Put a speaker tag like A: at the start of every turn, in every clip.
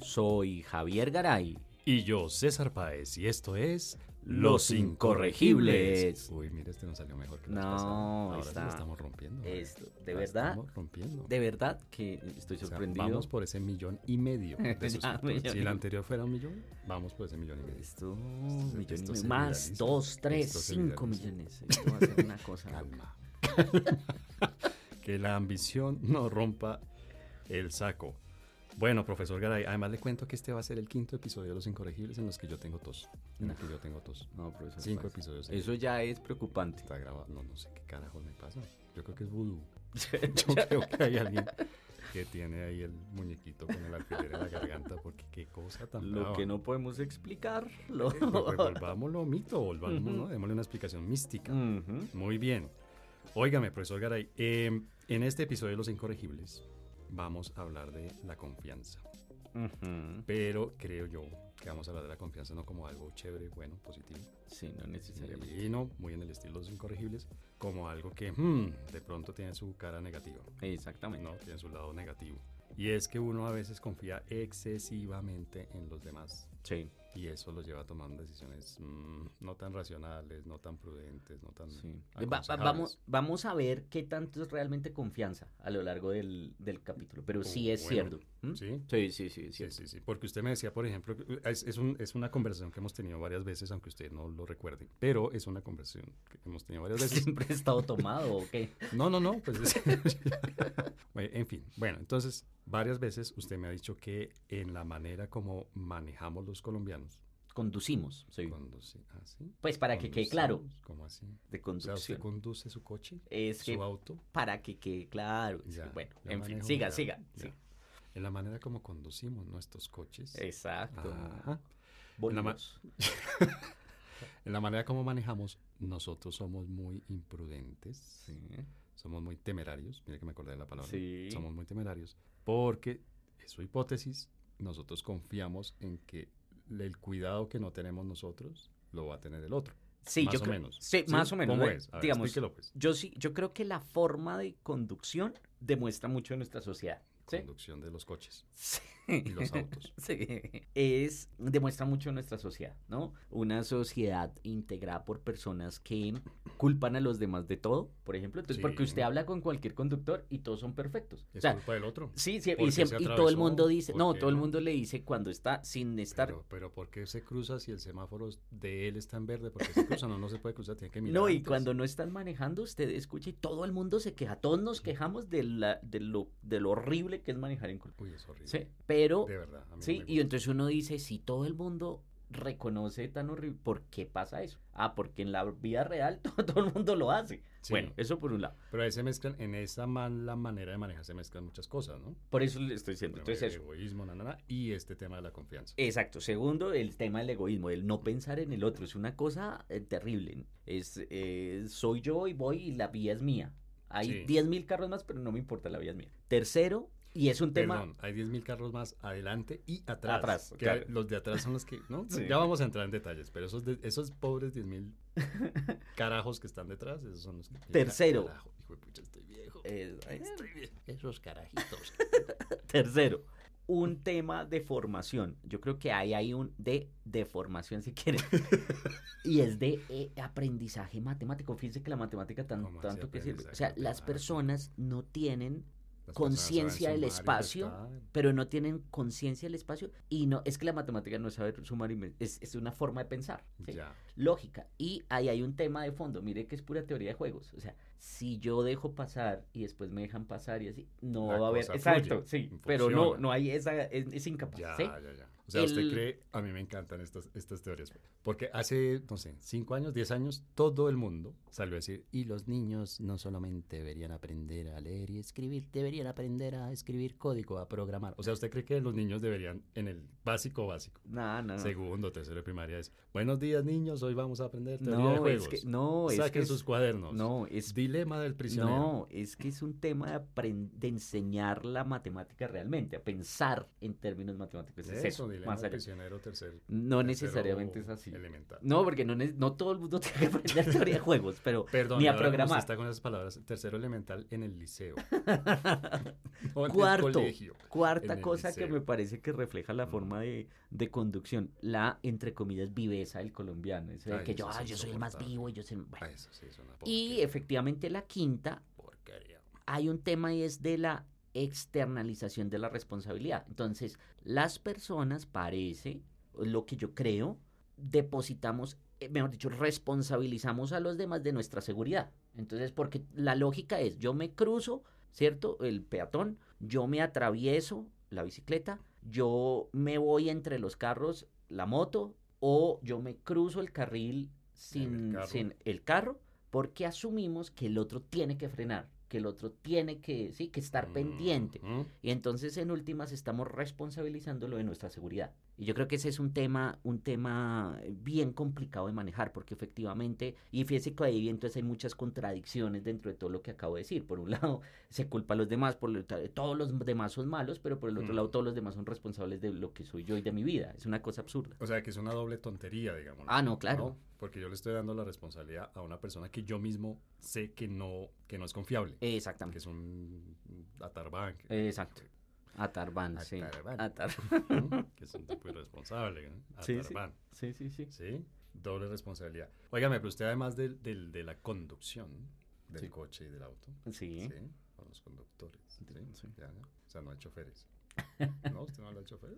A: Soy Javier Garay.
B: Y yo, César Páez, y esto es
A: Los Incorregibles.
B: Uy, mira, este nos salió mejor que
A: No,
B: los pasados. Ahora sí
A: está-
B: lo estamos rompiendo. ¿eh?
A: Es- de
B: La
A: verdad,
B: Estamos rompiendo.
A: de verdad que estoy
B: O sea,
A: sorprendido.
B: vamos por ese millón y medio de
A: Ya,
B: suscriptores.
A: millón
B: Si
A: y-
B: el anterior fuera un millón, vamos por ese millón y medio.
A: Esto,
B: se-
A: millón y
B: esto
A: medio,
B: se
A: más
B: viraliza,
A: dos, tres,
B: esto se
A: cinco
B: viraliza.
A: millones. Esto va a ser una cosa.
B: Calma. que la ambición no rompa el saco. Bueno, profesor Garay, además le cuento que este va a ser el quinto episodio de Los Incorregibles en los que yo tengo tos. En los que yo tengo tos.
A: No, profesor.
B: Cinco
A: Paz.
B: episodios.
A: Eso ya es preocupante.
B: Está grabado. No, no sé qué carajos me pasa. Yo creo que es vudú. Yo creo que hay alguien que tiene ahí el muñequito con el alfiler en la garganta porque qué cosa tan
A: Lo
B: brava.
A: que no podemos explicar, lo-
B: Eh, pues, Volvámoslo mito, volvámoslo, ¿no? démosle una explicación mística.
A: Mm. Ujú.
B: Muy bien. Óigame, profesor Garay, eh, en este episodio de Los Incorregibles vamos a hablar de la confianza.
A: Ujú.
B: Pero creo yo que vamos a hablar de la confianza no como algo chévere, bueno, positivo,
A: Sí, no necesariamente.
B: y no, muy en el estilo de Los Incorregibles, como algo que hmm, de pronto tiene su cara negativa,
A: Exactamente.
B: ¿no? Tiene su lado negativo. Y es que uno a veces confía excesivamente en los demás.
A: Sí,
B: Y eso lo lleva a tomar decisiones mm, no tan racionales, no tan prudentes, no tan...
A: sí. Va- va- vamos, vamos a ver qué tanto es realmente confianza a lo largo del, del capítulo. Pero sí
B: Oh,
A: es
B: bueno.
A: cierto. ¿Mm?
B: Sí.
A: Sí, sí, sí, es
B: Sí,
A: cierto.
B: sí, sí, porque usted me decía, por ejemplo, que es, es un- es una conversación que hemos tenido varias veces, aunque usted no lo recuerde, pero es una conversación que hemos tenido varias veces.
A: Siempre he estado tomado, ¿o qué?
B: No, no, no, pues es- Bueno, en fin, bueno, entonces, varias veces usted me ha dicho que en la manera como manejamos los colombianos,
A: Conducimos, sí.
B: cuando se- ah, ¿sí?
A: Pues para que quede claro,
B: Conducimos, ¿Cómo así?
A: de
B: O sea,
A: conducción.
B: usted conduce su coche,
A: Es que
B: su auto,
A: para que quede claro. es que,
B: Ya,
A: bueno,
B: ya
A: en fin,
B: manejo,
A: siga,
B: ya,
A: siga.
B: ya.
A: siga.
B: en la manera como conducimos nuestros coches.
A: Exacto.
B: Ajá.
A: Bólidos.
B: ma- En la manera como manejamos, nosotros somos muy imprudentes,
A: Sí.
B: somos muy temerarios, mira que me acordé de la palabra,
A: Sí.
B: somos muy temerarios, porque es su hipótesis, nosotros confiamos en que el cuidado que no tenemos nosotros lo va a tener el otro.
A: Sí,
B: más
A: yo
B: o
A: creo-
B: menos.
A: Sí, Eh, más o menos.
B: ¿Cómo
A: ¿no?
B: es? A ver,
A: Digamos,
B: explíquelo, pues.
A: yo sí, yo creo que la forma de conducción demuestra mucho de nuestra sociedad. ¿sí?
B: Conducción de los coches
A: Sí.
B: y los autos.
A: Sí. Es, demuestra mucho nuestra sociedad, ¿no? Una sociedad integrada por personas que culpan a los demás de todo, por ejemplo. Entonces,
B: Sí.
A: porque usted habla con cualquier conductor y todos son perfectos.
B: Es
A: o sea,
B: culpa del otro.
A: sí, sí,
B: ¿por
A: y,
B: qué
A: siem-
B: se
A: y todo el
B: atravesó?
A: mundo dice,
B: ¿Por
A: no,
B: qué
A: todo el
B: no?
A: mundo le dice cuando está sin estar.
B: Pero, pero ¿por qué se cruza si el semáforo es- de él está en verde? Porque se cruza, no, no se puede cruzar, tiene que mirar.
A: no, y
B: antes.
A: cuando no están manejando, usted escucha y todo el mundo se queja, todos nos quejamos de, la, de, lo, de lo horrible que es manejar en Colombia.
B: Uy, es horrible.
A: Sí, pero
B: De verdad. a mí no
A: Sí,
B: me
A: y
B: gusta.
A: entonces uno dice, si todo el mundo reconoce tan horrible, ¿por qué pasa eso? Ah, porque en la vida real todo, todo el mundo lo hace.
B: Sí.
A: Bueno, eso por un lado.
B: Pero ahí se mezclan, en esa mala manera de manejar se mezclan muchas cosas, ¿no?
A: Por eso le estoy diciendo.
B: Bueno,
A: Entonces
B: el
A: eso.
B: egoísmo, na, na, na, y este tema de la confianza.
A: Exacto. Segundo, el tema del egoísmo, el no pensar en el otro. Es una cosa eh, terrible. Es, eh, soy yo y voy y la vía es mía.
B: Sí.
A: Hay 10.000 carros más, pero no me importa, la vía es mía. Tercero, y es un tema...
B: Perdón, hay 10.000 carros más adelante y atrás.
A: Atrás,
B: que
A: claro.
B: Los de atrás son los que, ¿no?
A: Sí.
B: Ya vamos a entrar en detalles, pero esos, de- esos pobres 10.000 carajos que están detrás, esos son los que...
A: Tercero.
B: Carajo, hijo de pucha, estoy viejo.
A: eh,
B: Estoy viejo.
A: Esos carajitos. Tercero, un tema de formación. Yo creo que ahí hay un de, de formación, si quieren. y es de eh, aprendizaje matemático. Fíjense que la matemática tan-
B: ¿Cómo así
A: tanto que sirve. O sea,
B: aprendizaje
A: las
B: matemático?
A: personas no tienen,
B: Las personas
A: Conciencia
B: saben
A: del
B: sumar y
A: espacio.
B: restar.
A: pero no tienen conciencia del espacio. Y no, es que la matemática no es saber sumar y me- es, es una forma de pensar. ¿sí?
B: Ya.
A: lógica. Y ahí hay un tema de fondo. Mire que es pura teoría de juegos. O sea, si yo dejo pasar y después me dejan pasar y así, no
B: La
A: va a haber.
B: cosa
A: Exacto,
B: fluye,
A: sí. Pero no,
B: funciona.
A: no hay esa. Es, es incapaz.
B: Ya,
A: ¿sí?
B: ya, ya. O sea, usted
A: El-
B: cree, a mí me encantan estas, estas teorías, porque hace, no sé, 5 años, 10 años, todo el mundo salió a decir, y los niños no solamente deberían aprender a leer y escribir, deberían aprender a escribir código, a programar. O sea, usted cree que los niños deberían, en el básico básico,
A: No, no, no.
B: segundo, tercero de primaria, es, buenos días niños, hoy vamos a aprender teoría de
A: No, es
B: juegos.
A: que. No, es que.
B: Saquen
A: es-
B: sus cuadernos.
A: no, es.
B: Dilema del prisionero.
A: No, es que es un tema de, apren- de enseñar la matemática realmente, a pensar en términos matemáticos. pues Es eso.
B: Eso, dilema
A: más allá.
B: prisionero tercer.
A: No
B: tercero
A: necesariamente es así.
B: Elemental.
A: No, porque no, ne- no todo el mundo tiene que aprender teoría de juegos, pero
B: Perdón,
A: ni a
B: ahora como usted
A: programar.
B: está con esas palabras. Tercero elemental en el liceo. o en
A: Cuarto.
B: El colegio. en
A: Cuarta
B: el
A: cosa que
B: liceo.
A: me parece que refleja la
B: Mm.
A: forma de, de conducción, la, entre comillas, viveza del colombiano. Eso de
B: Ay,
A: que
B: eso
A: yo,
B: es
A: "Ah, yo soy el más
B: insoportable.
A: vivo, yo soy... el-".
B: Ah,
A: Bueno.
B: eso sí es una
A: Y
B: porquería.
A: efectivamente la quinta,
B: porquería.
A: hay un tema y es de la externalización de la responsabilidad. Entonces, las personas, parece, lo que yo creo, depositamos, eh, mejor dicho, responsabilizamos a los demás de nuestra seguridad. Entonces, porque la lógica es, yo me cruzo, ¿cierto? El peatón, yo me atravieso la bicicleta, yo me voy entre los carros, la moto, o yo me cruzo el carril sin
B: carro.
A: sin el carro porque asumimos que el otro tiene que frenar, que el otro tiene que, sí, que
B: Mm,
A: estar pendiente.
B: Ujú.
A: Y entonces en últimas estamos responsabilizándolo de nuestra seguridad. Y yo creo que ese es un tema, un tema bien complicado de manejar, porque efectivamente, y fíjese que ahí entonces hay muchas contradicciones dentro de todo lo que acabo de decir. Por un lado, se culpa a los demás, por lo tal- todos los demás son malos, pero por el otro
B: Mm.
A: lado, todos los demás son responsables de lo que soy yo y de mi vida. Es una cosa absurda.
B: O sea, que es una doble tontería, digamos.
A: Ah, no, claro.
B: Porque yo le estoy dando la responsabilidad a una persona que yo mismo sé que no, que no es confiable. que
A: Exactamente.
B: es un atarbán. que-
A: Exacto. Atarban, sí.
B: Atarban.
A: Atar-
B: ¿no? que es un tipo irresponsable. ¿no?
A: Sí, sí.
B: Atarbán,
A: Sí, sí, sí.
B: sí. Doble responsabilidad. Óigame, pero usted además del- del- de la conducción del
A: Sí.
B: coche y del auto,
A: Sí.
B: ¿sí? Con los conductores, ¿sí?
A: Sí.
B: Ya, ya. O sea, no hay choferes. ¿No? ¿Usted no habla de chofer?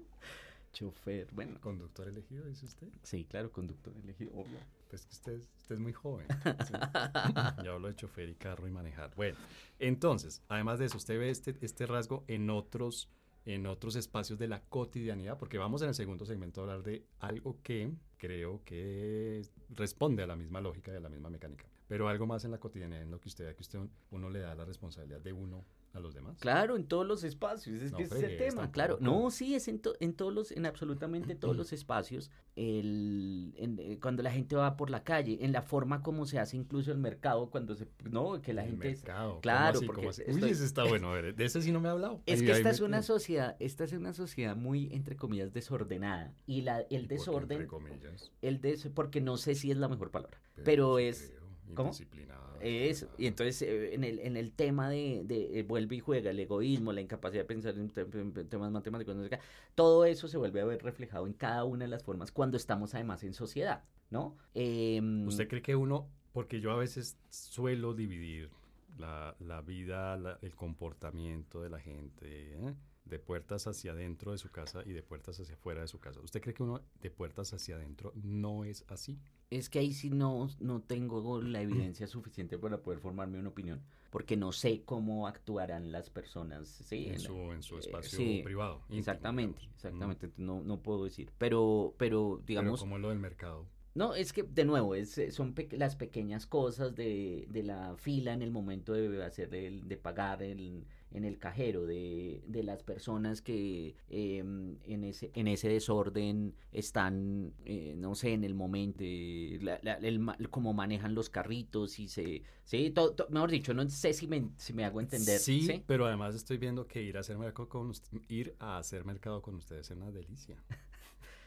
A: Chofer, bueno.
B: ¿Conductor elegido, dice usted?
A: Sí, claro, conductor elegido, obvio.
B: Pues que usted, es- usted es muy joven. ¿sí? ya hablo de chofer y carro y manejar. Bueno, entonces, además de eso, usted ve este, este rasgo en otros, en otros espacios de la cotidianidad, porque vamos en el segundo segmento a hablar de algo que creo que responde a la misma lógica y a la misma mecánica, pero algo más en la cotidianidad, en lo que usted da, que usted, uno le da la responsabilidad de uno a los demás.
A: Claro, en todos los espacios, es
B: No
A: que ese es el
B: fregues,
A: tema,
B: tampoco.
A: claro. No, sí, es en, to- en todos los, en absolutamente todos los espacios. El, en- eh, cuando la gente va por la calle, en la forma como se hace incluso el mercado, cuando se, no, que la
B: El
A: gente es-
B: mercado, ¿cómo
A: claro,
B: así? ¿Cómo
A: porque
B: así?
A: estoy-
B: Uy, ese está bueno, a ver, de ese sí no me ha hablado.
A: Es
B: Ahí-
A: que
B: ahí
A: esta
B: me- mm.
A: es una sociedad, esta es una sociedad muy, entre comillas, desordenada. Y la, el
B: ¿Y por qué, entre
A: desorden,
B: comillas?
A: el des, porque no sé si es la mejor palabra. Pero
B: sí
A: es-
B: creo,
A: ¿cómo?
B: indisciplinado,
A: Eso, y
B: indisciplinado.
A: entonces eh, en el, en el tema de, de, eh, vuelve y juega, el egoísmo, la incapacidad de pensar en, te- en temas matemáticos, no sé qué, todo eso se vuelve a ver reflejado en cada una de las formas cuando estamos además en sociedad, ¿no? Em,
B: ¿Usted cree que uno, porque yo a veces suelo dividir la, la vida, la- el comportamiento de la gente ¿eh? de puertas hacia adentro de su casa y de puertas hacia afuera de su casa? ¿Usted cree que uno de puertas hacia adentro no es así?
A: Es que ahí sí no, no tengo la evidencia suficiente para poder formarme una opinión, porque no sé cómo actuarán las personas, ¿sí? en
B: en,
A: la-
B: su, en su
A: eh,
B: espacio
A: sí,
B: privado. íntimo,
A: Exactamente,
B: digamos. Mm.
A: exactamente, no, no puedo decir, pero, pero
B: Pero
A: digamos...
B: como lo del mercado.
A: No, es que de nuevo, es, eh, son pe- las pequeñas cosas de, de la fila en el momento de hacer el, de pagar el, en el cajero, de, de las personas que eh, en ese, en ese desorden están, eh, no sé, en el momento de la- la- el ma- cómo manejan los carritos y se, sí, todo, todo- mejor dicho, no sé si me, si me hago entender.
B: Sí, pero además estoy viendo que ir a hacer mercado con us- ir a hacer mercado con ustedes es una delicia.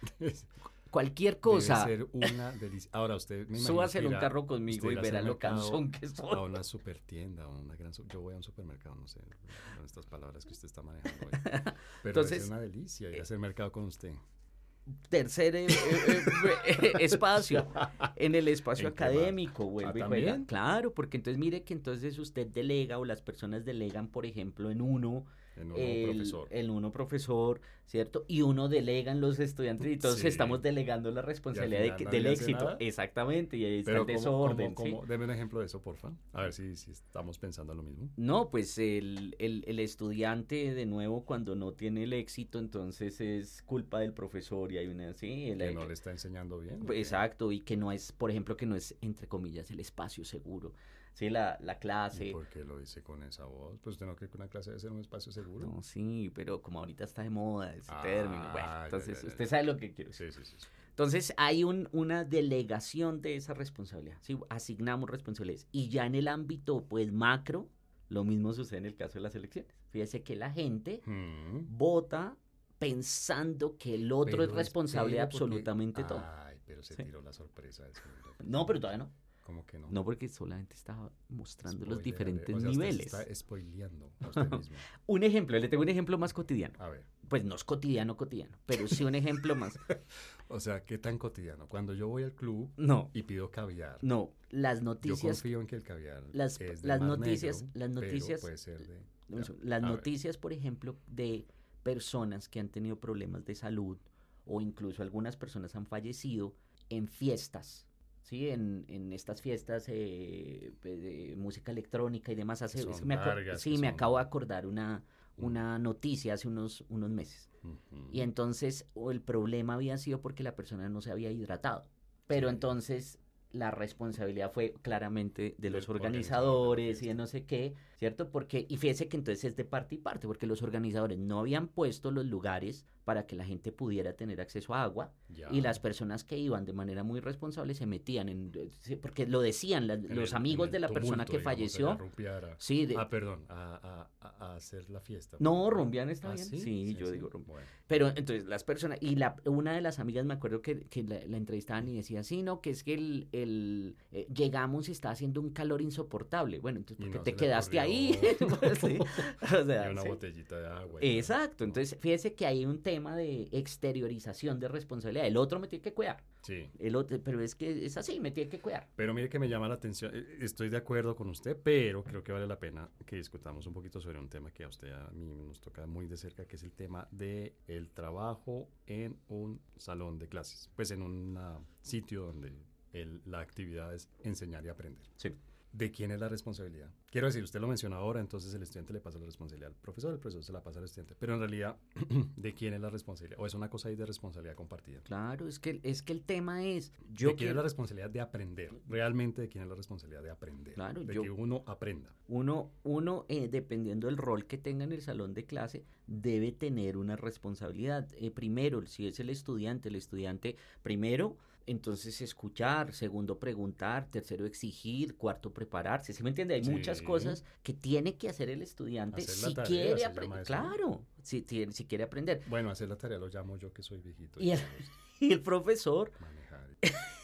A: Cualquier cosa,
B: Debe ser una delicia. Ahora usted me imagino
A: súbase
B: que
A: en un
B: irá-
A: carro conmigo
B: usted
A: y
B: irá a hacer
A: verá lo
B: mercado
A: cansón que soy.
B: a una super tienda, a una gran su- yo voy a un supermercado, no sé, con estas palabras que usted está manejando hoy. Pero
A: Entonces, eh,
B: es una delicia ir a hacer mercado con usted.
A: tercer eh, eh, eh, espacio, en el espacio
B: ¿En qué más?
A: académico, vuelve
B: Ah,
A: y juega.
B: ¿también?
A: Claro, porque entonces mire que entonces usted delega o las personas delegan, por ejemplo, en uno,
B: En un
A: el,
B: profesor.
A: el uno profesor, ¿cierto? Y uno delega en los estudiantes y entonces
B: Sí.
A: estamos delegando la responsabilidad de
B: final
A: que-
B: nadie
A: del
B: hace
A: éxito.
B: nada.
A: Exactamente, y ahí está el
B: ¿cómo-
A: desorden.
B: cómo-
A: ¿sí?
B: cómo? Deme un ejemplo de eso, porfa. A ver si, si estamos pensando lo mismo.
A: No, pues el, el- el estudiante de nuevo cuando no tiene el éxito, entonces es culpa del profesor y hay una, sí, el-
B: Que no le está enseñando bien. eh,
A: Pues, Exacto, y que no es, por ejemplo, que no es, entre comillas, el espacio seguro, ¿sí? La, la
B: ¿Y
A: clase.
B: por qué lo dice con esa voz? Pues usted no cree que una clase debe ser un espacio seguro.
A: No, sí, pero como ahorita está de moda ese
B: Ah,
A: término, bueno,
B: ya,
A: entonces
B: ya, ya,
A: usted
B: ya.
A: sabe lo que quiero decir.
B: Sí, sí, sí. sí.
A: Entonces hay un, una delegación de esa responsabilidad, ¿sí? Asignamos responsabilidades. Y ya en el ámbito, pues, macro, lo mismo sucede en el caso de las elecciones. Fíjese que la gente
B: Hmm.
A: vota pensando que el otro es responsable de absolutamente
B: todo.
A: todo.
B: Ay, pero se
A: Sí.
B: tiró la sorpresa. de segundo.
A: No, pero todavía no.
B: ¿Cómo que no?
A: No, porque solamente estaba mostrando los
B: Spoileale.
A: diferentes
B: O sea, usted se
A: niveles.
B: Está spoileando a usted mismo.
A: Un ejemplo, le tengo un ejemplo más cotidiano.
B: A ver.
A: Pues no es cotidiano, cotidiano, pero sí un ejemplo más.
B: O sea, ¿qué tan cotidiano? Cuando yo voy al club
A: No,
B: y pido caviar,
A: no. Las
B: yo
A: noticias,
B: confío en que el caviar
A: las-
B: es de
A: las
B: mar
A: noticias-
B: negro,
A: las
B: pero
A: noticias-
B: puede ser de...
A: un
B: Ya.
A: segundo, las
B: A ver.
A: noticias, por ejemplo, de personas que han tenido problemas de salud o incluso algunas personas han fallecido en fiestas. Sí, en, en estas fiestas eh, de música electrónica y demás. Hace,
B: son
A: es que me aco-
B: largas,
A: sí,
B: que
A: me
B: son- Mm.
A: acabo de acordar una, una noticia hace unos, unos meses.
B: Ujú.
A: Y entonces o el problema había sido porque la persona no se había hidratado. Pero
B: Sí.
A: entonces la responsabilidad fue claramente de
B: Del
A: los
B: organizador de la
A: organizadores y de no sé qué, ¿cierto? Porque, y fíjese que entonces es de parte y parte, porque los organizadores no habían puesto los lugares para que la gente pudiera tener acceso a agua
B: Ya.
A: y las personas que iban de manera muy responsable se metían en, eh, sí, porque lo decían las-
B: En
A: los
B: el-
A: amigos
B: en
A: de
B: el
A: la persona
B: tumulto,
A: que
B: digamos,
A: falleció.
B: allá rumbear a-
A: Sí, de-
B: Ah, perdón, a, a- a- a hacer la fiesta.
A: No, rumbear está
B: Ah,
A: bien. Sí, yo digo rumbear.
B: Bueno,
A: Pero entonces las personas, y la, una de las amigas me acuerdo que, que la, la entrevistaban y decía, sí, no, que es que el, el, eh, llegamos y está haciendo un calor insoportable. Bueno, entonces,
B: Y
A: ¿por qué
B: no
A: te
B: se le
A: quedaste ahí?
B: ocurrió.
A: Pues, sí, o
B: y
A: sea,
B: una
A: sí.
B: botellita de agua. y tal.
A: Exacto, entonces fíjese que hay un tema de exteriorización de responsabilidad. El otro me tiene que cuidar,
B: Sí.
A: el otro, pero es que es así, me tiene que cuidar.
B: Pero mire que me llama la atención, eh, estoy de acuerdo con usted, pero creo que vale la pena que discutamos un poquito sobre un tema que a usted, a mí nos toca muy de cerca, que es el tema de el trabajo en un salón de clases, pues en un ah, sitio donde el- la actividad es enseñar y aprender.
A: Sí.
B: ¿De quién es la responsabilidad? Quiero decir, usted lo menciona ahora, entonces el estudiante le pasa la responsabilidad al profesor, el profesor se la pasa al estudiante, pero en realidad, ¿de quién es la responsabilidad? ¿O es una cosa ahí de responsabilidad compartida?
A: Claro, es que, es que el tema es,
B: Yo
A: yo
B: ¿De quién es
A: quiero-
B: la responsabilidad de aprender? Realmente, ¿de quién es la responsabilidad de aprender?
A: Claro,
B: de
A: yo-
B: que uno aprenda.
A: Uno, uno eh, dependiendo del rol que tenga en el salón de clase, debe tener una responsabilidad. Eh, primero, si es el estudiante, el estudiante, primero, entonces escuchar, segundo, preguntar, tercero, exigir, cuarto, prepararse. ¿Sí me entiende? Hay muchas
B: Sí.
A: cosas que tiene que hacer el estudiante
B: Hacer la
A: si
B: tarea,
A: quiere
B: se llama
A: aprender.
B: eso.
A: Claro, si, tiene- si quiere aprender.
B: Bueno, hacer la tarea lo llamo yo que soy viejito.
A: Y el- Y el profesor
B: manejar.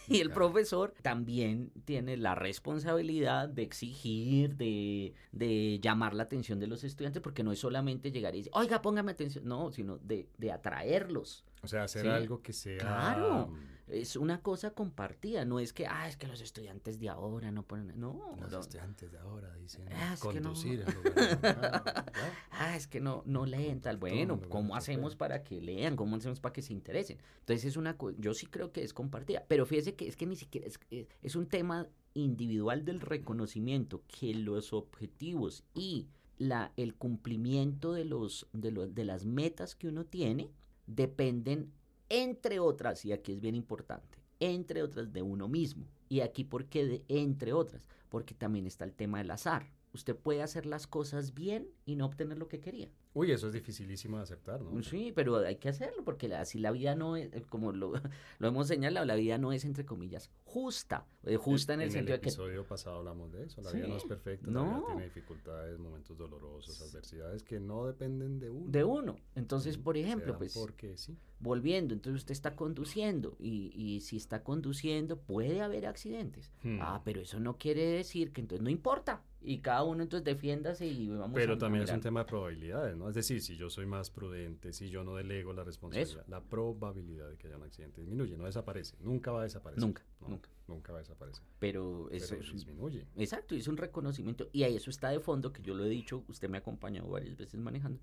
A: Y el
B: Ya.
A: profesor también tiene la responsabilidad de exigir, de, de llamar la atención de los estudiantes, porque no es solamente llegar y decir, oiga, póngame atención, no, sino de, de atraerlos.
B: O sea, hacer
A: Sí.
B: algo que sea...
A: Claro.
B: mm,
A: Es una cosa compartida, no es que, ah, es que los estudiantes de ahora no ponen, no,
B: Los
A: no.
B: estudiantes de ahora dicen
A: Ah, es que no.
B: conducir en lugar de manejar", ¿ya?
A: Ah, es que no, no leen tal.
B: Compartón,
A: Bueno,
B: lo
A: ¿cómo
B: que
A: hacemos
B: sea.
A: para que lean? ¿Cómo hacemos para que se interesen? Entonces es una cosa, yo sí creo que es compartida, pero fíjese que es que ni siquiera es, es- es un tema individual del reconocimiento, que los objetivos y la, el cumplimiento de, los, de, los, de las metas que uno tiene dependen, entre otras, y aquí es bien importante, entre otras de uno mismo. Y aquí, ¿por qué de entre otras? Porque también está el tema del azar. Usted puede hacer las cosas bien y no obtener lo que quería. Mm,
B: Uy, eso es dificilísimo de aceptar, ¿no?
A: Sí, pero hay que hacerlo, porque la- así la vida no es, eh, como lo, lo hemos señalado, la vida no es, entre comillas, justa. Eh, Justa en el sentido de que
B: episodio pasado hablamos de eso. La vida
A: Sí.
B: no es perfecta, la vida
A: No.
B: tiene dificultades, momentos dolorosos, adversidades que no dependen de uno.
A: de uno. Entonces,
B: Sí,
A: por
B: se
A: ejemplo,
B: dan
A: pues
B: Porque sí.
A: volviendo, entonces usted está conduciendo y, y si está conduciendo puede haber accidentes.
B: Hmm.
A: Ah, pero eso no quiere decir que entonces no importa. Y cada uno entonces defiéndase y vamos a-
B: Pero
A: a
B: también es un
A: mirar.
B: tema de probabilidades, ¿no? Es decir, si yo soy más prudente, si yo no delego la responsabilidad, la probabilidad de que haya un accidente disminuye, no desaparece, nunca va a desaparecer.
A: Nunca,
B: No,
A: nunca.
B: Nunca va a desaparecer.
A: Pero eso
B: pero
A: es un-
B: disminuye.
A: Exacto, y es un reconocimiento. Y ahí eso está de fondo, que yo lo he dicho, usted me ha acompañado varias veces manejando.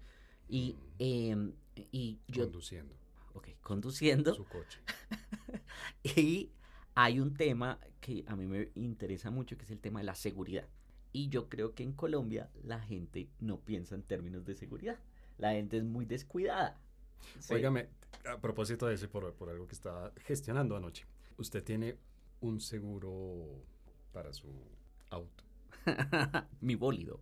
A: Y,
B: Mm.
A: em, y yo,
B: Conduciendo
A: ok, conduciendo.
B: su coche.
A: Y hay un tema que a mí me interesa mucho, que es el tema de la seguridad. Y yo creo que en Colombia la gente no piensa en términos de seguridad. La gente es muy descuidada. Sí.
B: Óigame, a propósito de eso, y por, por algo que estaba gestionando anoche, usted tiene un seguro para su auto.
A: Mi bólido.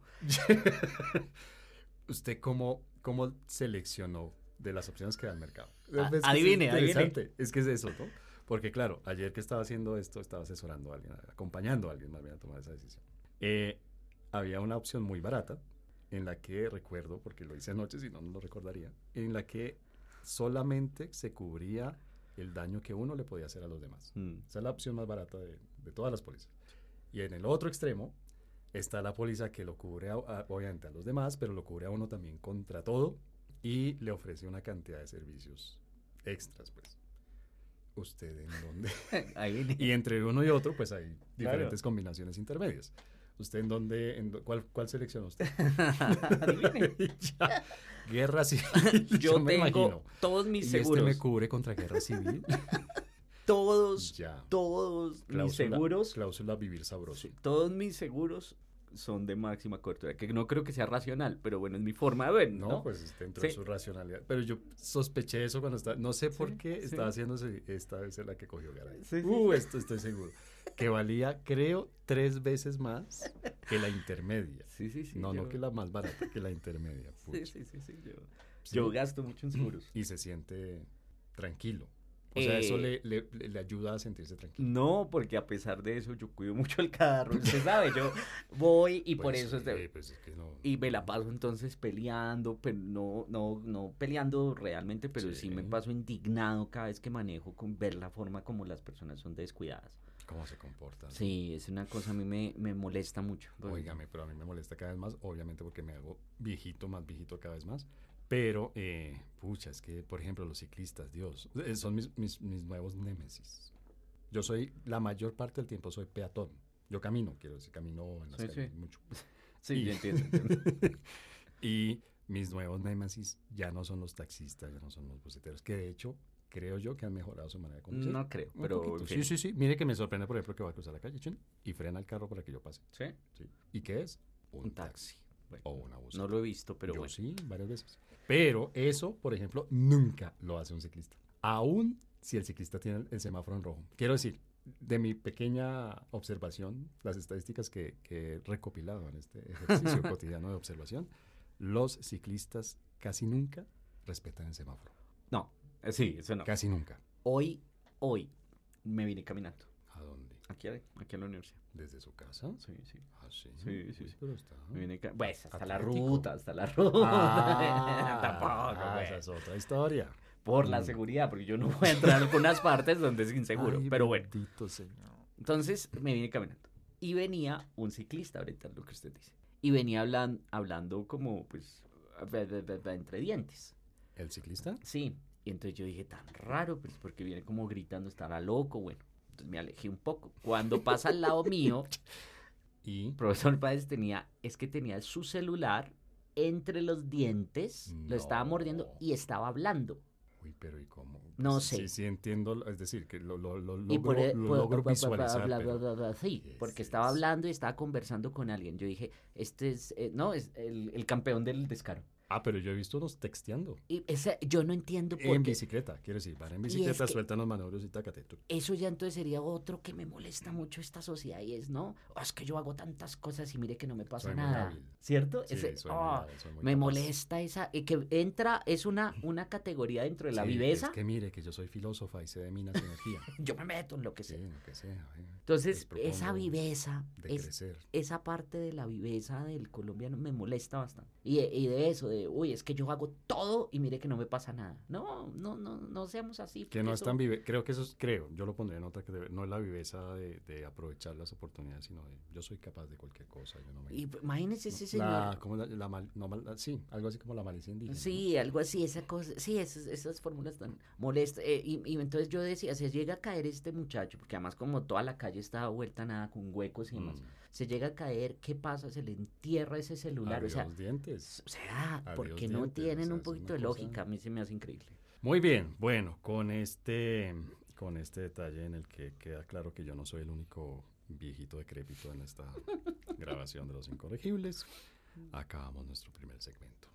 B: ¿Usted cómo, cómo seleccionó de las opciones que da el mercado?
A: A-
B: que es
A: Ah, adivine, adivine.
B: interesante. Es que es eso, ¿no? Porque claro, ayer que estaba haciendo esto, estaba asesorando a alguien, acompañando a alguien más bien a tomar esa decisión. Eh, había una opción muy barata en la que recuerdo, porque lo hice anoche, si no, no lo recordaría, en la que solamente se cubría el daño que uno le podía hacer a los demás.
A: Mm.
B: Esa es la opción más barata de, de todas las pólizas. Y en el otro extremo está la póliza que lo cubre a- a- obviamente a los demás, pero lo cubre a uno también contra todo y le ofrece una cantidad de servicios extras, pues. ¿Usted en dónde?
A: Ahí viene.
B: y entre uno y otro, pues hay
A: Claro.
B: diferentes combinaciones intermedias. ¿Usted en dónde? en dó- cuál, ¿Cuál seleccionó usted?
A: Adivine.
B: Ya, Guerra civil.
A: Yo
B: me
A: tengo
B: imagino.
A: todos mis
B: Y este
A: seguros.
B: me cubre contra guerra civil.
A: Todos,
B: ya.
A: todos mis
B: Cláusula-
A: seguros.
B: Cláusula vivir sabroso.
A: sí, Todos mis seguros son de máxima cobertura. Que no creo que sea racional, pero bueno, es mi forma de ver, ¿no?
B: No, pues dentro de
A: Sí.
B: su racionalidad. Pero yo sospeché eso cuando estaba. No sé por
A: Sí,
B: qué
A: sí.
B: estaba haciéndose. Esta vez es la que cogió Garay.
A: Sí, sí,
B: Uh, esto estoy seguro. Que valía, creo, tres veces más que la intermedia.
A: sí, sí, sí.
B: no,
A: yo-
B: no que la más barata, que la intermedia.
A: Sí,
B: Puch.
A: sí, sí, sí, yo...
B: Sí. Mm.
A: yo gasto mucho en seguros.
B: Y se siente tranquilo. O sea, eso le,
A: Eh.
B: le- le- le ayuda a sentirse tranquilo.
A: No, porque a pesar de eso yo cuido mucho el carro, usted sabe, yo voy y por
B: Pues,
A: eso es de-
B: eh, pues es que no-
A: y me la paso entonces peleando, pero no no no peleando realmente, pero sí. me
B: Sí.
A: paso indignado cada vez que manejo con ver la forma como las personas son descuidadas.
B: ¿Cómo se comporta?
A: Sí, es una cosa a mí me, me molesta mucho. porque-
B: Óigame, pero a mí me molesta cada vez más, obviamente porque me hago viejito, más viejito cada vez más. Pero, eh, pucha, es que, por ejemplo, los ciclistas, Dios, eh, son mis, mis- mis nuevos némesis. Yo soy, la mayor parte del tiempo soy peatón. Yo camino, quiero decir, camino en las
A: Sí,
B: calles
A: sí.
B: mucho.
A: Sí,
B: Y-
A: yo entiendo. entiendo.
B: Y mis nuevos némesis ya no son los taxistas, ya no son los buseteros, que de hecho creo yo que han mejorado su manera de conducir.
A: No creo,
B: Un
A: pero
B: poquito.
A: en
B: Sí,
A: fin.
B: sí, sí. Mire que me sorprende, por ejemplo, que va a cruzar la calle chin, y frena el carro para que yo pase.
A: ¿Sí?
B: Sí. ¿Y qué es?
A: Un taxi. Bueno,
B: o una buseta.
A: no lo he visto, pero
B: pues, Yo
A: bueno.
B: sí, varias veces. Pero eso, por ejemplo, nunca lo hace un ciclista. Aún si el ciclista tiene el- el semáforo en rojo. Quiero decir, de mi pequeña observación, las estadísticas que, que he recopilado en este ejercicio cotidiano de observación, los ciclistas casi nunca respetan el semáforo.
A: No, eh, sí, eso no.
B: Casi nunca.
A: Hoy, hoy me vine caminando
B: ¿A dónde?
A: aquí a, aquí a la universidad.
B: ¿Desde su casa?
A: Sí, sí.
B: Ah, sí.
A: Sí,
B: Uy,
A: sí, sí.
B: Pero está.
A: Me viene ca- Pues hasta la
B: Atlético.
A: ruta, hasta la ruta.
B: Ah,
A: Tampoco,
B: ah,
A: güey.
B: esa es otra historia.
A: Por la
B: Mm.
A: seguridad, porque yo no voy a entrar a algunas partes donde es inseguro.
B: Ay,
A: pero bueno,
B: bendito señor.
A: entonces me vine caminando. Y venía un ciclista, ahorita lo que usted dice. Y venía hablan- hablando como, pues, be- be- be- be- entre dientes.
B: ¿El ciclista?
A: Sí. Y entonces yo dije, tan raro, pues, porque viene como gritando, estará loco, bueno. Entonces me alejé un poco. Cuando pasa al lado mío,
B: Y
A: profesor Páez tenía, es que tenía su celular entre los dientes, lo estaba
B: No.
A: mordiendo y estaba hablando.
B: Uy, pero ¿y cómo?
A: No
B: Pues,
A: sé.
B: Sí, sí entiendo, lo- es decir, que lo, lo, lo
A: y por, e-,
B: logro, lo
A: por-
B: logro
A: bla, bla, bla,
B: visualizar,
A: bla,
B: pero-
A: bla, bla, sí,
B: ¿qué
A: porque
B: es
A: estaba
B: eso?
A: hablando y estaba conversando con alguien. Yo dije, este es, eh, no, es el, el campeón del descaro.
B: Ah, pero yo he visto unos texteando.
A: Y ese, yo no entiendo por
B: En
A: qué.
B: bicicleta, quiero decir, van en
A: es
B: bicicleta,
A: que-
B: sueltan los manubrios y tácate. tú.
A: Eso ya entonces sería otro que me molesta mucho esta sociedad y es, ¿no? "Oh, es que yo hago tantas cosas y mire que no me pasa
B: Soy muy
A: nada.
B: hábil.
A: ¿Cierto?
B: Sí,
A: Ese-
B: soy muy
A: ah,
B: hábil, soy muy
A: me
B: capaz.
A: molesta esa, eh, que entra, es una, una categoría dentro de la
B: Sí,
A: viveza.
B: Es que mire, que yo soy filósofa y sé de minas y energía.
A: yo me meto en lo que
B: sí,
A: sea.
B: lo que sea. eh, les
A: Entonces,
B: propongo
A: esa viveza,
B: De
A: es,
B: crecer.
A: esa parte de la viveza del colombiano me molesta bastante. Y, de- y de eso, de, uy, es que yo hago todo y mire que no me pasa nada. No, no, no, no seamos así.
B: Que no
A: porque
B: es
A: eso-
B: tan vive, creo que eso es, creo, yo lo pondría en otra, que debe- no es la viveza de, de aprovechar las oportunidades, sino de yo soy capaz de cualquier cosa, yo no me...
A: Y, pues, imagínese ese señor.
B: La, ¿cómo la, la mal- no mal- la- sí, algo así como la malicia indígena. ¿no?
A: Sí, algo así, esa cosa, sí, esas, esas fórmulas tan molestas. eh, y, y entonces yo decía, se llega a caer este muchacho, porque además como toda la calle está vuelta a nada con huecos y demás,
B: Mm.
A: se llega a caer, ¿qué pasa? Se le entierra ese celular,
B: Abrió
A: o sea,
B: los dientes.
A: s- será,
B: Adiós,
A: porque no
B: dientes, o
A: tienen un
B: sea, es una
A: poquito de
B: cosa-
A: lógica, a mí se me hace increíble.
B: Muy bien, bueno, con este, con este detalle en el que queda claro que yo no soy el único viejito decrépito en esta grabación de Los Incorregibles, acabamos nuestro primer segmento.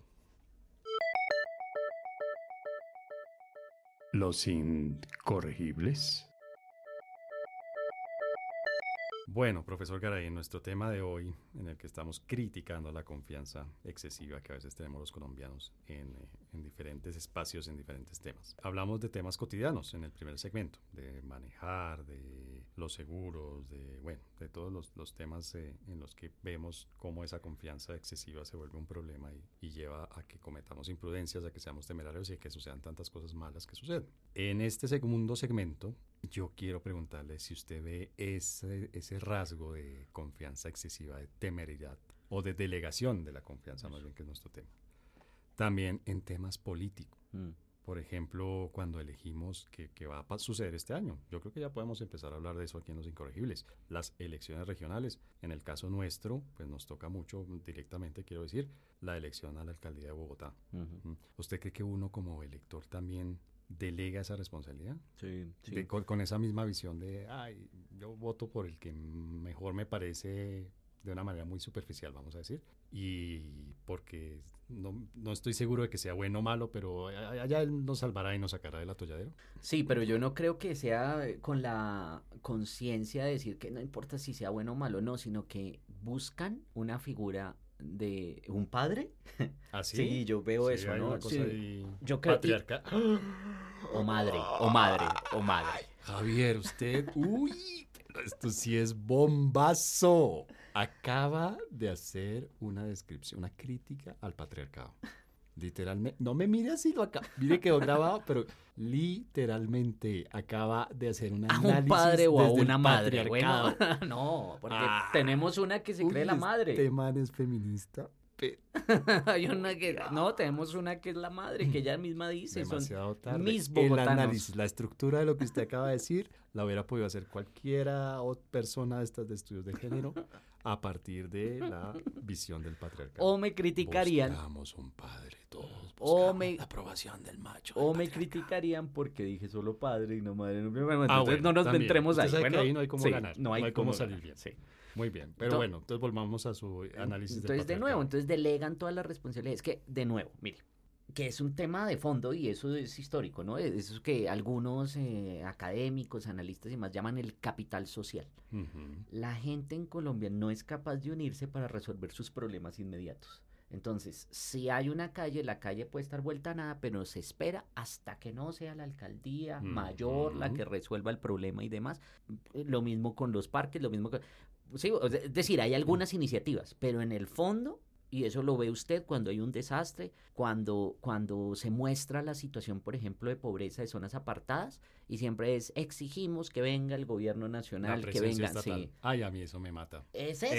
B: Los Incorregibles. Bueno, profesor Garay, en nuestro tema de hoy, en el que estamos criticando la confianza excesiva que a veces tenemos los colombianos en, eh, en diferentes espacios, en diferentes temas. Hablamos de temas cotidianos en el primer segmento, de manejar, de los seguros, de, bueno, de todos los, los temas eh, en los que vemos cómo esa confianza excesiva se vuelve un problema y, y lleva a que cometamos imprudencias, a que seamos temerarios y a que sucedan tantas cosas malas que suceden. En este segundo segmento, yo quiero preguntarle si usted ve ese, ese rasgo de confianza excesiva, de temeridad o de delegación de la confianza, más bien que es nuestro tema. También en temas políticos.
A: Mm.
B: Por ejemplo, cuando elegimos que, que va a pa- suceder este año. Yo creo que ya podemos empezar a hablar de eso aquí en Los Incorregibles. Las elecciones regionales. En el caso nuestro, pues nos toca mucho directamente, quiero decir, la elección a la alcaldía de Bogotá.
A: Ujú.
B: ¿Mm? ¿Usted cree que uno como elector también delega esa responsabilidad?
A: Sí, sí.
B: De- con, con esa misma visión de, ay, yo voto por el que mejor me parece de una manera muy superficial, vamos a decir, y porque no, no estoy seguro de que sea bueno o malo, pero a- allá él nos salvará y nos sacará del atolladero.
A: Sí, pero yo no creo que sea eh, con la conciencia de decir que no importa si sea bueno o malo, no, sino que buscan una figura de un padre.
B: Así.
A: yo veo
B: Sí, hay una cosa
A: Sí.
B: ahí
A: Yo creo- y-
B: patriarcal.
A: O madre, o madre, o madre.
B: Javier, usted, uy, pero esto sí es bombazo. Acaba de hacer una descripción, una crítica al patriarcado. Literalmente, no me mire así, lo acá. Mire quedó grabado, pero literalmente acaba de hacer un
A: A
B: análisis
A: un padre o a
B: desde el
A: una madre.
B: patriarcado.
A: Bueno, no, porque
B: Ah.
A: tenemos una que se cree
B: Uy,
A: la madre.
B: Este man es feminista. pe-
A: Hay una que, no, tenemos una que es la madre, que ella misma dice. son-
B: Demasiado tarde.
A: mis
B: El
A: bogotanos.
B: análisis, la estructura de lo que usted acaba de decir, la hubiera podido hacer cualquiera o persona de estas de estudios de género a partir de la visión del patriarcado.
A: o me criticarían,
B: Buscamos un padre todos.
A: O
B: buscamos
A: me-
B: la aprobación del macho.
A: o
B: del
A: me
B: patriarcado.
A: criticarían porque dije solo padre y no madre. No, bueno,
B: Ah,
A: entonces
B: bueno,
A: no nos
B: también.
A: entremos
B: Usted
A: ahí.
B: sabe que
A: Bueno,
B: ahí no hay cómo
A: sí,
B: ganar,
A: no hay, cómo,
B: salir
A: ganar,
B: bien.
A: sí.
B: Muy bien, pero
A: Ento-
B: bueno, entonces volvamos a su análisis del
A: Entonces, de
B: patriarcado.
A: nuevo, entonces delegan todas las responsabilidades. Que, de nuevo, mire, que es un tema de fondo y eso es histórico, ¿no? Eso es que algunos eh, académicos, analistas y más llaman el capital social.
B: Ujú.
A: La gente en Colombia no es capaz de unirse para resolver sus problemas inmediatos. Entonces, si hay una calle, la calle puede estar vuelta a nada, pero se espera hasta que no sea la alcaldía mayor la
B: Ujú.
A: que resuelva el problema y demás. Eh, Lo mismo con los parques, lo mismo con... Sí, o sea, es decir, hay algunas iniciativas, pero en el fondo, y eso lo ve usted cuando hay un desastre, cuando, cuando se muestra la situación, por ejemplo, de pobreza de zonas apartadas, y siempre es exigimos que venga el gobierno
B: La
A: nacional, que
B: presencia
A: venga,
B: estatal.
A: sí.
B: Ay, a mí eso me mata.
A: Es eso.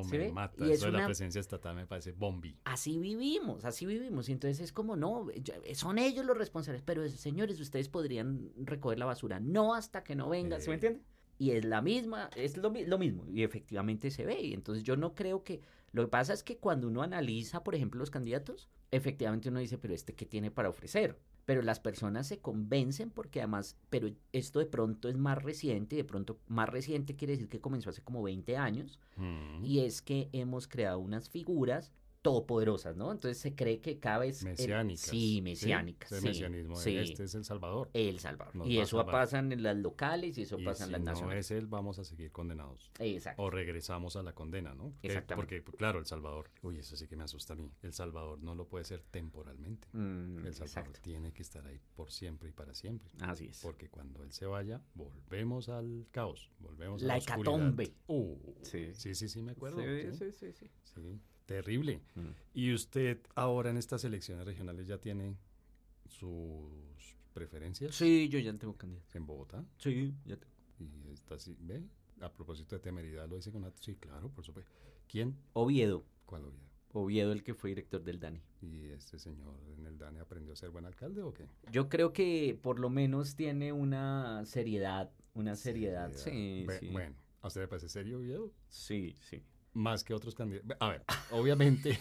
B: Eso
A: ¿sí
B: me
A: ve?
B: mata.
A: Y
B: eso
A: es
B: de la
A: una-
B: presencia estatal me parece bombi.
A: Así vivimos, así vivimos. Y entonces es como, no, ya- son ellos los responsables. Pero es, señores, ustedes podrían recoger la basura. No hasta que no venga, ¿se
B: Eh.
A: me entiende? Y es la misma, es lo, mi- lo mismo. Y efectivamente se ve. Y entonces yo no creo que. Lo que pasa es que cuando uno analiza, por ejemplo, los candidatos, efectivamente uno dice, pero este qué tiene para ofrecer. Pero las personas se convencen porque además, pero esto de pronto es más reciente, y de pronto más reciente quiere decir que comenzó hace como 20 años.
B: Mm.
A: Y es que hemos creado unas figuras todopoderosas, ¿no? Entonces se cree que cada vez... el-
B: Mesiánicas.
A: sí, mesiánicas.
B: Ese
A: Sí,
B: mesianismo. de,
A: sí,
B: Este es El Salvador.
A: El Salvador.
B: nos
A: y
B: va a
A: eso
B: salvar.
A: pasa en las locales y eso
B: y
A: pasa
B: si
A: en las
B: no
A: nacionales.
B: es él, vamos a seguir condenados.
A: Exacto.
B: O regresamos a la condena, ¿no? Que-
A: Exactamente.
B: Porque, claro, El Salvador. Uy, eso sí que me asusta a mí. El Salvador no lo puede ser temporalmente.
A: Mm,
B: El Salvador
A: exacto.
B: tiene que estar ahí por siempre y para siempre.
A: Así es.
B: Porque cuando él se vaya, volvemos al caos. Volvemos
A: La
B: a la oscuridad.
A: hecatombe.
B: Uh,
A: Sí.
B: sí, sí, sí, me acuerdo. sí. Mm.
A: sí, sí.
B: Sí, terrible. Y usted ahora en estas elecciones regionales ya tiene sus preferencias
A: Sí, yo ya tengo candidato.
B: en Bogotá.
A: Sí, ya tengo.
B: Y está así, ¿ve? A propósito de temeridad, lo dice con acto. Sí, claro, por supuesto. ¿Quién?
A: Oviedo.
B: ¿Cuál Oviedo?
A: Oviedo, el que fue director del DANI.
B: ¿Y este señor en el DANE aprendió a ser buen alcalde o qué?
A: Yo creo que por lo menos tiene una seriedad. Una seriedad. Sí,
B: Ve-
A: sí.
B: Bueno, ¿a usted le parece serio Oviedo?
A: Sí, sí.
B: Más que otros candidatos. A ver, obviamente.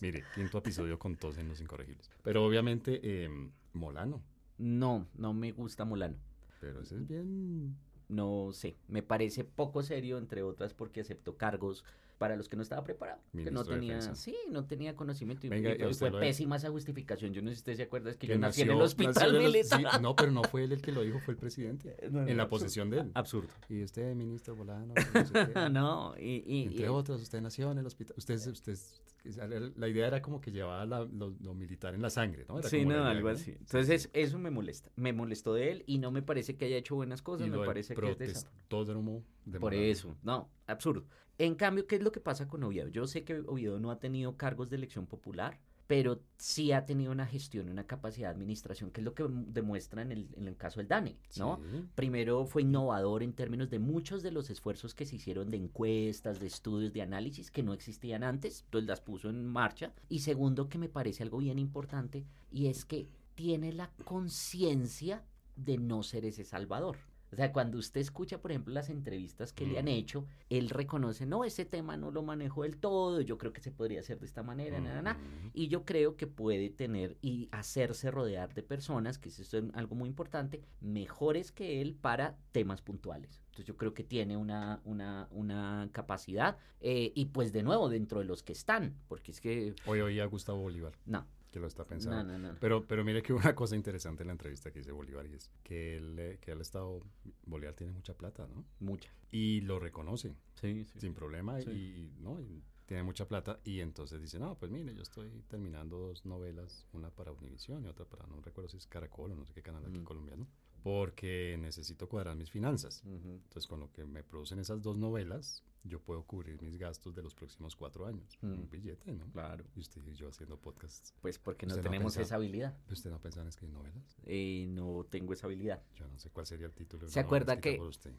B: mire, quinto episodio con todos en Los Incorregibles. Pero obviamente, em, Molano.
A: No, no me gusta Molano.
B: Pero ese es bien
A: no sé, me parece poco serio, entre otras, porque aceptó cargos para los que no estaba preparado, que no
B: Ministro de
A: tenía,
B: Defensa.
A: sí, no tenía conocimiento y,
B: Venga,
A: y
B: y a
A: fue-
B: usted
A: fue
B: lo-
A: pésima esa justificación. Yo no sé si usted se acuerda, es que,
B: que
A: yo nací en el
B: nació-
A: hospital
B: nació en el-
A: militar.
B: sí, no, pero no fue él el que lo dijo, fue el presidente.
A: No, no, pues,
B: en la
A: absurdo.
B: posesión de él.
A: Absurdo.
B: Y usted, ministro Bolano, que no sé qué,
A: Ah, No, y, y- y-
B: entre otros, usted nació en el hospital. Usted, es- usted es que sea, la- la idea era como que llevaba la- lo, lo militar en la sangre, ¿no? Era
A: sí,
B: como la
A: no,
B: idea,
A: algo
B: ¿no?
A: así. Entonces, eso me molesta. Me molestó de él y no me parece que haya hecho buenas
B: Y
A: cosas.
B: lo
A: Pues, Me
B: del
A: parece que es de esa-
B: Protestódromo de
A: Por
B: Monagas.
A: eso, no, absurdo. En cambio, ¿qué es lo que pasa con Oviedo? Yo sé que Oviedo no ha tenido cargos de elección popular, pero sí ha tenido una gestión, una capacidad de administración, que es lo que demuestra en el, en el caso del DANE, ¿no?
B: Sí.
A: Primero fue innovador en términos de muchos de los esfuerzos que se hicieron de encuestas, de estudios, de análisis que no existían antes, entonces las puso en marcha. Y segundo, que me parece algo bien importante, y es que tiene la conciencia de no ser ese salvador. O sea, cuando usted escucha, por ejemplo, las entrevistas que le han
B: Mm.
A: hecho, él reconoce, no, ese tema no lo manejo del todo, yo creo que se podría hacer de esta manera, na, na, na".
B: Mm.
A: Y yo creo que puede tener y hacerse rodear de personas, que eso es algo muy importante, mejores que él para temas puntuales. Entonces yo creo que tiene una, una, una capacidad eh, y pues de nuevo dentro de los que están, porque es que...
B: Hoy oí a Gustavo Bolívar,
A: No,
B: que lo está pensando.
A: no, no, no.
B: Pero, pero mire que hubo una cosa interesante en la entrevista que hice Bolívar y es que él, eh, que él ha estado, Bolívar tiene mucha plata, ¿no?
A: Mucha.
B: Y lo reconoce
A: Sí, sí.
B: sin problema
A: Sí.
B: y, no, y tiene mucha plata y entonces dice, no, pues mire, yo estoy terminando dos novelas, una para Univisión y otra para, no recuerdo si es Caracol o no sé qué canal aquí
A: Mm.
B: colombiano, porque necesito cuadrar mis finanzas.
A: Ujú.
B: Entonces, con lo que me producen esas dos novelas, yo puedo cubrir mis gastos de los próximos cuatro años.
A: Mm.
B: Un billete, ¿no?
A: Claro.
B: Y usted y yo haciendo podcasts.
A: Pues porque no
B: Usted no ha
A: tenemos
B: pensado.
A: esa habilidad.
B: ¿Pero ¿Usted no pensaba en escribir novelas?
A: Eh, no tengo esa habilidad.
B: Yo no sé cuál sería el título. de
A: ¿Se
B: una novela
A: acuerda
B: escrita
A: que-
B: por usted.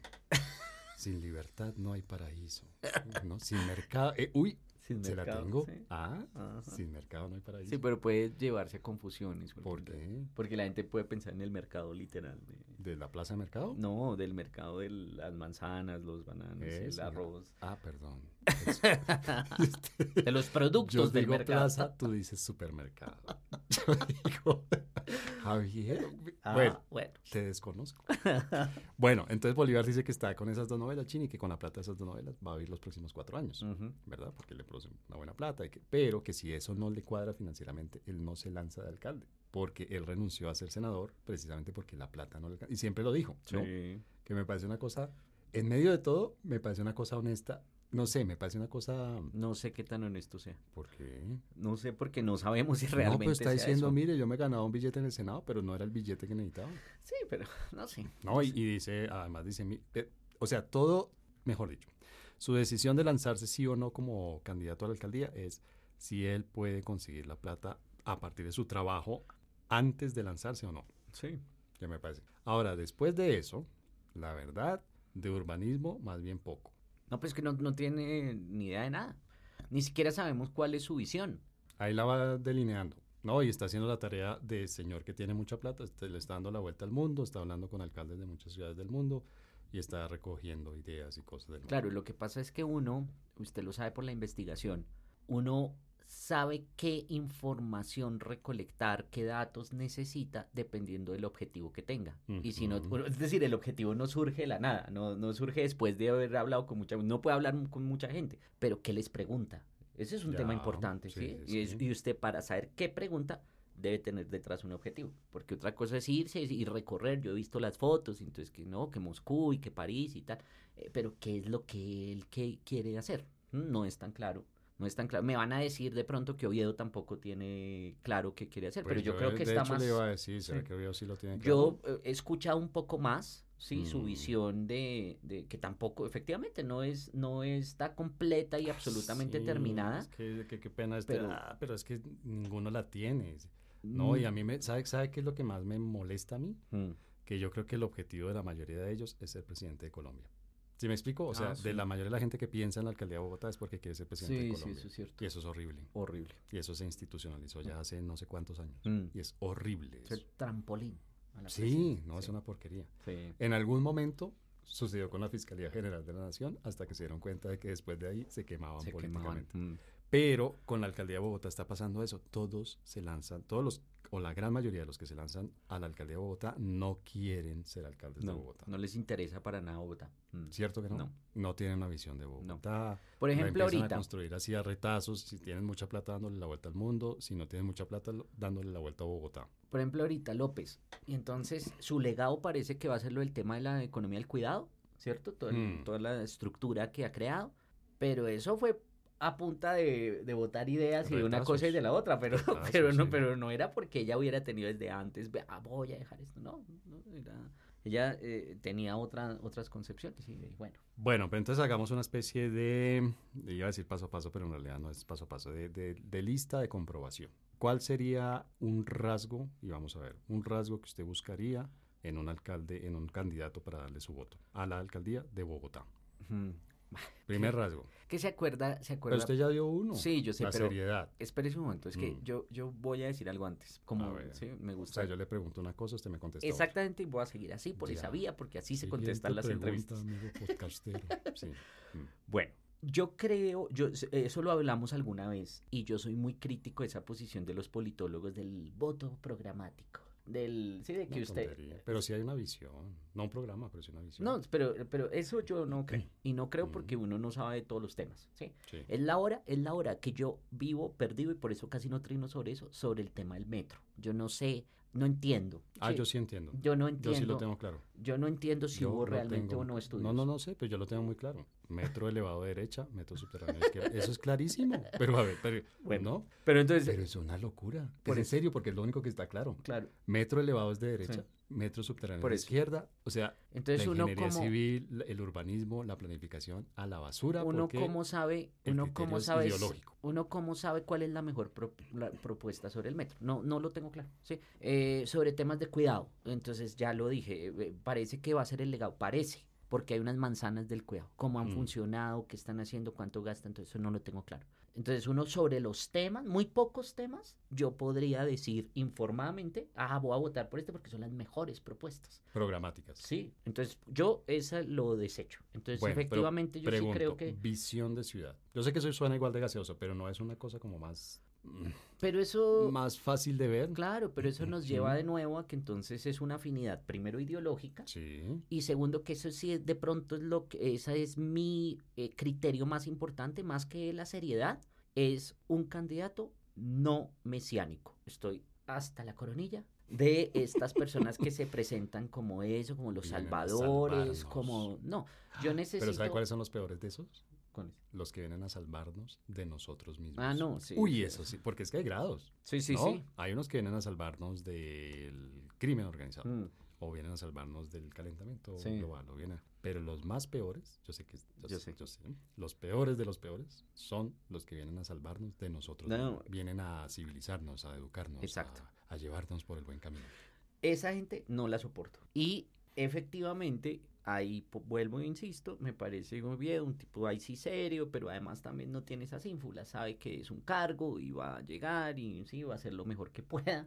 B: Sin libertad no hay paraíso. ¿no? Sin mercado. eh, uy,
A: Sin
B: se la
A: mercado,
B: tengo.
A: Sí.
B: Ah,
A: Ajá.
B: sin mercado no hay paraíso.
A: Sí, pero puede llevarse a confusiones. por
B: ¿Por
A: ejemplo.
B: qué?
A: Porque la gente puede pensar en el mercado literal. de-
B: ¿De la plaza de mercado?
A: No, del mercado de las manzanas, los bananos, el
B: Eso, ya.
A: arroz.
B: Ah, perdón.
A: De los
B: Yo
A: productos del
B: digo
A: mercado.
B: plaza, tú dices supermercado. Yo digo, Javier.
A: Ah,
B: Bueno,
A: bueno.
B: Te desconozco. Bueno, entonces Bolívar dice que está con esas dos novelas, Chini, que con la plata de esas dos novelas va a vivir los próximos cuatro años,
A: Ujú.
B: ¿verdad? Porque le producen una buena plata, y que- pero que si eso no le cuadra financieramente, él no se lanza de alcalde, porque él renunció a ser senador precisamente porque la plata no le alcanza. Y siempre lo dijo, ¿no? Que me parece una cosa, en medio de todo, me parece una cosa honesta. No sé, me parece una cosa...
A: No sé qué tan honesto sea.
B: ¿Por qué?
A: No sé porque no sabemos si
B: No,
A: realmente
B: pues está
A: sea
B: diciendo,
A: eso.
B: mire, yo me ganaba un billete en el Senado, pero no era el billete que necesitaba.
A: Sí, pero no sé.
B: No, y, y dice, además dice, mi- eh, o sea, todo, mejor dicho, su decisión de lanzarse sí o no como candidato a la alcaldía es si él puede conseguir la plata a partir de su trabajo antes de lanzarse o no,
A: Sí.
B: que me parece. Ahora, después de eso, la verdad, de urbanismo más bien poco.
A: No, pues que no, no tiene ni idea de nada. Ni siquiera sabemos cuál es su visión.
B: Ahí la va delineando. No, y está haciendo la tarea de señor que tiene mucha plata, este, le está dando la vuelta al mundo, está hablando con alcaldes de muchas ciudades del mundo y está recogiendo ideas y cosas del mundo.
A: Claro, lo que pasa es que uno, usted lo sabe por la investigación, uno sabe qué información recolectar, qué datos necesita dependiendo del objetivo que tenga. Y si no,
B: Ujú.
A: bueno, es decir, el objetivo no surge de la nada, no, no surge después de haber hablado con mucha, no puede hablar con mucha gente, pero ¿qué les pregunta? Ese es un tema
B: Ya,
A: importante,
B: sí,
A: ¿sí?
B: sí,
A: Y, es-
B: sí.
A: y usted para saber qué pregunta debe tener detrás un objetivo, porque otra cosa es irse y recorrer, yo he visto las fotos, entonces que no, que Moscú y que París y tal, eh, pero ¿qué es lo que él que quiere hacer? Mm, No es tan claro. No es tan claro. Me van a decir de pronto que Oviedo tampoco tiene claro qué quiere hacer,
B: Pues
A: pero yo, creo
B: de-
A: que
B: de
A: está
B: hecho,
A: más.
B: le iba a decir, ¿será
A: sí.
B: que Oviedo sí lo tiene
A: Yo
B: claro?
A: eh, he escuchado un poco más, sí, su
B: Mm.
A: visión de, de que tampoco, efectivamente, no es, no está completa y absolutamente
B: Ah, Sí,
A: terminada.
B: es que, que- qué pena este,
A: pero-
B: ah, pero es que ninguno la tiene. No, y a mí me, ¿sabe, ¿sabe qué es lo que más me molesta a mí?
A: Mm.
B: Que yo creo que el objetivo de la mayoría de ellos es ser presidente de Colombia. ¿Sí me explico? O sea,
A: Ah, sí.
B: de la mayoría de la gente que piensa en la alcaldía de Bogotá es porque quiere ser presidente
A: Sí,
B: de
A: sí,
B: Colombia.
A: eso es cierto.
B: Y eso es horrible.
A: Horrible.
B: Y eso se institucionalizó ya hace no sé cuántos años.
A: Mm.
B: Y es horrible.
A: Es el
B: eso.
A: trampolín. a la
B: Sí,
A: presidencia,
B: no, es
A: sí,
B: una porquería.
A: sí.
B: En algún momento sucedió con la Fiscalía General de la Nación hasta que se dieron cuenta de que después de ahí se quemaban
A: Se quemaban.
B: políticamente.
A: Mm.
B: Pero con la alcaldía de Bogotá está pasando eso. Todos se lanzan, todos los, o la gran mayoría de los que se lanzan a la alcaldía de Bogotá no quieren ser alcaldes de
A: No,
B: Bogotá.
A: no les interesa para nada Bogotá. Mm.
B: ¿Cierto que no?
A: No.
B: No, tienen una visión de Bogotá.
A: Por
B: la
A: ejemplo,
B: empiezan
A: ahorita.
B: a construir así a retazos. Si tienen mucha plata, dándole la vuelta al mundo. Si no tienen mucha plata, lo- dándole la vuelta a Bogotá.
A: por ejemplo, ahorita López. Y entonces su legado parece que va a ser lo del tema de la economía del cuidado, ¿cierto? Todo el-
B: Mm.
A: Toda la estructura que ha creado. Pero eso fue a punta de, de botar ideas y de una
B: Retazos.
A: cosa y de la otra, pero,
B: Retazos,
A: pero, no,
B: sí.
A: pero no era porque ella hubiera tenido desde antes, "Ve, ah, voy a dejar esto, no, no era- ella eh, tenía otra, otras concepciones y bueno,
B: Bueno, pero entonces hagamos una especie de, iba a decir paso a paso, pero en realidad no es paso a paso, de, de- de lista de comprobación. ¿Cuál sería un rasgo, y vamos a ver, un rasgo que usted buscaría en un alcalde, en un candidato para darle su voto a la alcaldía de Bogotá? Primer rasgo.
A: que se acuerda, se
B: Pero
A: acuerda,
B: usted ya dio uno.
A: Pues sí, yo sé,
B: la
A: pero
B: seriedad.
A: espérese un momento, es que
B: Mm.
A: yo, yo voy a decir algo antes, como,
B: A ver.
A: sí, me
B: O
A: gusta.
B: sea, yo le pregunto una cosa, usted me contesta otra.
A: Exactamente, y voy a seguir así por esa
B: Ya.
A: vía, porque así se
B: Siguiente
A: contestan las
B: pregunta,
A: entrevistas.
B: amigo podcastero. Sí.
A: Bueno, yo creo, yo, eso lo hablamos alguna vez, y yo soy muy crítico de esa posición de los politólogos del voto programático. Del, sí, de que
B: Una
A: usted.
B: tontería. Pero sí hay una visión. No un programa, pero sí Mm. una visión.
A: No, pero, pero eso yo no creo. Y no creo porque uno no sabe de todos los temas. ¿sí?
B: Sí.
A: Es la hora, es la hora que yo vivo perdido y por eso casi no trino sobre eso, sobre el tema del metro. Yo no sé, no entiendo.
B: Ah,
A: sí,
B: yo sí entiendo.
A: yo no
B: Yo
A: entiendo.
B: sí lo tengo claro.
A: yo no entiendo si
B: Yo
A: hubo
B: lo
A: realmente
B: tengo-
A: o no estudios.
B: No, no, no sé, pero yo lo tengo muy claro. Metro elevado derecha, metro subterráneo izquierda. Eso es clarísimo. Pero a ver, pero,
A: Bueno, Pues
B: no,
A: Pero entonces.
B: pero es una locura.
A: Por
B: es en
A: eso-
B: serio, porque es lo único que está claro.
A: claro.
B: Metro elevado es de derecha,
A: Sí.
B: metro subterráneo
A: Por
B: es de
A: eso.
B: izquierda. O sea,
A: Entonces
B: la
A: uno
B: ingeniería
A: como.
B: civil, la- el urbanismo, la planificación, a la basura.
A: uno
B: porque
A: cómo sabe
B: el
A: uno
B: criterio
A: cómo
B: es
A: sabe
B: ideológico.
A: uno cómo sabe cuál es la mejor pro- la propuesta sobre el metro no no lo tengo claro sí Eh, sobre temas de cuidado entonces ya lo dije eh, parece que va a ser el legado parece porque hay unas manzanas del cuidado cómo han
B: Mm.
A: funcionado qué están haciendo cuánto gastan entonces eso no lo tengo claro entonces uno sobre los temas muy pocos temas yo podría decir informadamente ah voy a votar por este porque son las mejores propuestas
B: programáticas.
A: sí entonces yo esa lo desecho entonces
B: Bueno, pero
A: efectivamente yo sí creo
B: pregunto,
A: que
B: Visión de ciudad. Yo sé que eso suena igual de gaseoso, pero no es una cosa como más,
A: Pero eso,
B: más fácil de ver.
A: claro, pero eso nos lleva
B: Ujú.
A: de nuevo a que entonces es una afinidad, primero ideológica,
B: Sí.
A: y segundo que eso sí es- de pronto es lo que, ese es mi eh, criterio más importante, más que la seriedad, es un candidato no mesiánico. Estoy hasta la coronilla de estas personas que se presentan como eso, como los
B: Vienen a
A: salvadores,
B: salvarnos.
A: como... No, yo necesito...
B: Pero ¿sabe cuáles son los peores de esos?
A: ¿Cuál es?
B: Los que vienen a salvarnos de nosotros mismos.
A: Ah, no, sí.
B: Uy, eso sí, porque es que hay grados.
A: Sí, sí,
B: ¿no?
A: sí.
B: Hay unos que vienen a salvarnos del crimen organizado
A: Mm,
B: o vienen a salvarnos del calentamiento
A: Sí.
B: global. O vienen, pero los más peores, yo sé que yo
A: Yo
B: sé,
A: sé.
B: yo sé, los peores de los peores son los que vienen a salvarnos de nosotros.
A: No.
B: mismos. Vienen a civilizarnos, a educarnos,
A: Exacto.
B: A, a llevarnos por el buen camino.
A: Esa gente no la soporto. Y efectivamente, ahí po- vuelvo e insisto, me parece muy bien, un tipo ahí sí serio, pero además también no tiene esas ínfulas, sabe que es un cargo y va a llegar y sí, va a hacer lo mejor que pueda.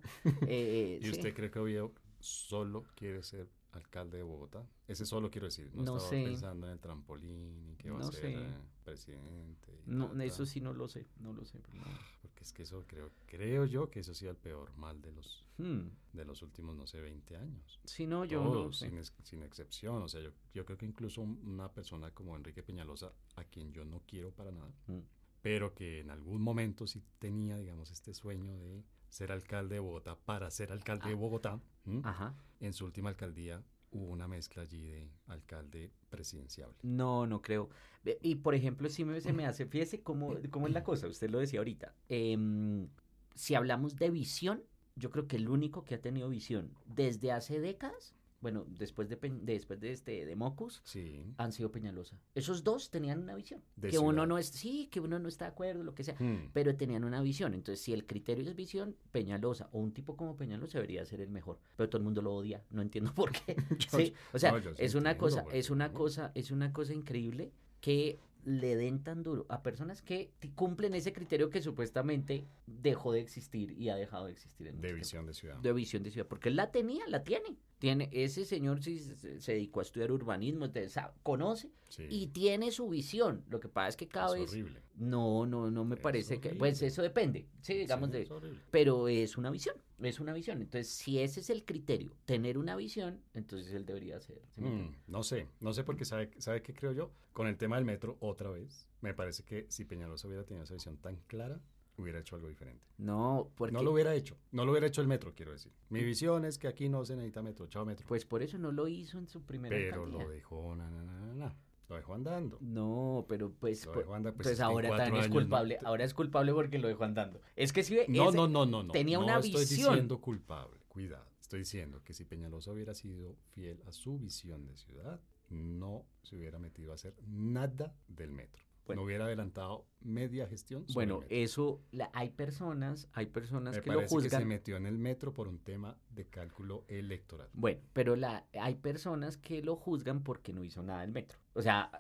A: Eh,
B: ¿Y
A: sí.
B: usted cree que Oviedo solo quiere ser alcalde de Bogotá? Ese solo quiero decir. No,
A: No
B: estaba
A: sé.
B: pensando en el trampolín y que va
A: No
B: a ser
A: sé.
B: eh, presidente. y
A: No,
B: ta, ta.
A: eso sí no lo sé, no lo sé. pero no.
B: Porque es que eso creo, creo yo que eso sí es el peor mal de los
A: Hmm,
B: de los últimos, no sé, 20 años.
A: Si no, yo no
B: Todos,
A: sé.
B: sin, ex- sin excepción. O sea, yo, yo creo que incluso un- una persona como Enrique Peñalosa, a quien yo no quiero para nada,
A: Mm.
B: pero que en algún momento sí tenía, digamos, este sueño de ser alcalde de Bogotá para ser alcalde de
A: Ah.
B: Bogotá. ¿m?
A: Ajá.
B: En su última alcaldía hubo una mezcla allí de alcalde presidenciable.
A: No, no creo. Ve- Y por ejemplo, si me, se me hace, fíjese cómo, cómo es la cosa, usted lo decía ahorita. Em, si hablamos de visión, yo creo que el único que ha tenido visión desde hace décadas, bueno, después de, Peñ- de- después de, este, de Mocus,
B: Sí.
A: han sido Peñalosa. Esos dos tenían una visión.
B: De
A: que uno
B: ciudad.
A: no es, sí, que uno no está de acuerdo, lo que sea,
B: Hmm.
A: pero tenían una visión. Entonces, si el criterio es visión, Peñalosa o un tipo como Peñalosa debería ser el mejor. Pero todo el mundo lo odia, no entiendo por qué.
B: Yo-
A: Sí, o sea,
B: no, yo sí
A: es una
B: entiendo,
A: cosa,
B: porque
A: es una
B: no.
A: cosa, es una cosa increíble que le den tan duro a personas que ti- cumplen ese criterio que supuestamente dejó de existir y ha dejado de existir en mucho
B: De
A: tiempo.
B: visión de ciudad.
A: de visión de ciudad, porque él la tenía, la tiene. Tiene ese señor sí se, se dedicó a estudiar urbanismo, entonces, sabe- conoce
B: Sí.
A: y tiene su visión. Lo que pasa es que cada
B: es
A: vez
B: horrible.
A: no, no, no me
B: Es
A: parece que pues
B: horrible.
A: eso depende. Sí, digamos
B: Sí,
A: de
B: es horrible.
A: pero es una visión, es una visión. Entonces, si ese es el criterio, tener una visión, entonces él debería ser. ¿sí me entiendes?
B: Mm, no sé, no sé porque sabe, sabe qué creo yo. Con el tema del metro, otra vez, me parece que si Peñalosa hubiera tenido esa visión tan clara, hubiera hecho algo diferente.
A: No, porque
B: No lo hubiera hecho, no lo hubiera hecho el metro, quiero decir.
A: Mm.
B: Mi visión es que aquí no se necesita metro, chao metro.
A: pues por eso no lo hizo en su primera
B: Pero
A: alcaldía.
B: lo dejó, na, na, na, na, na. Lo dejó dejó andando.
A: No, pero pues,
B: Lo
A: por-
B: dejó andar, pues,
A: entonces
B: en
A: ahora
B: cuatro
A: también es
B: años,
A: culpable,
B: ¿no?
A: ahora es culpable porque lo dejó andando. Es que si ve,
B: No,
A: ese-
B: no, no, no, no.
A: tenía
B: no
A: una
B: estoy
A: visión.
B: diciendo culpable, cuidado. Estoy diciendo que si Peñalosa hubiera sido fiel a su visión de ciudad, no se hubiera metido a hacer nada del metro.
A: Bueno.
B: No hubiera adelantado media gestión. sobre
A: bueno,
B: el metro.
A: eso, la- hay personas, hay personas
B: me
A: que lo
B: parece que se
A: juzgan.
B: metió en el metro por un tema de cálculo electoral.
A: Bueno, pero la, hay personas que lo juzgan porque no hizo nada el metro. O sea,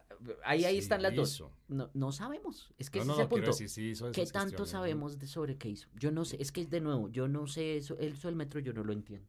A: ahí, ahí
B: Sí
A: están las dos.
B: hizo.
A: No, no sabemos. Es que
B: no,
A: ese
B: no,
A: es el
B: no, quiero
A: punto.
B: decir, sí hizo
A: ¿Qué
B: esas
A: tanto
B: gestiones, ¿no?
A: sabemos de sobre qué hizo? Yo no sé, es que de nuevo, yo no sé eso, eso del metro yo no lo entiendo.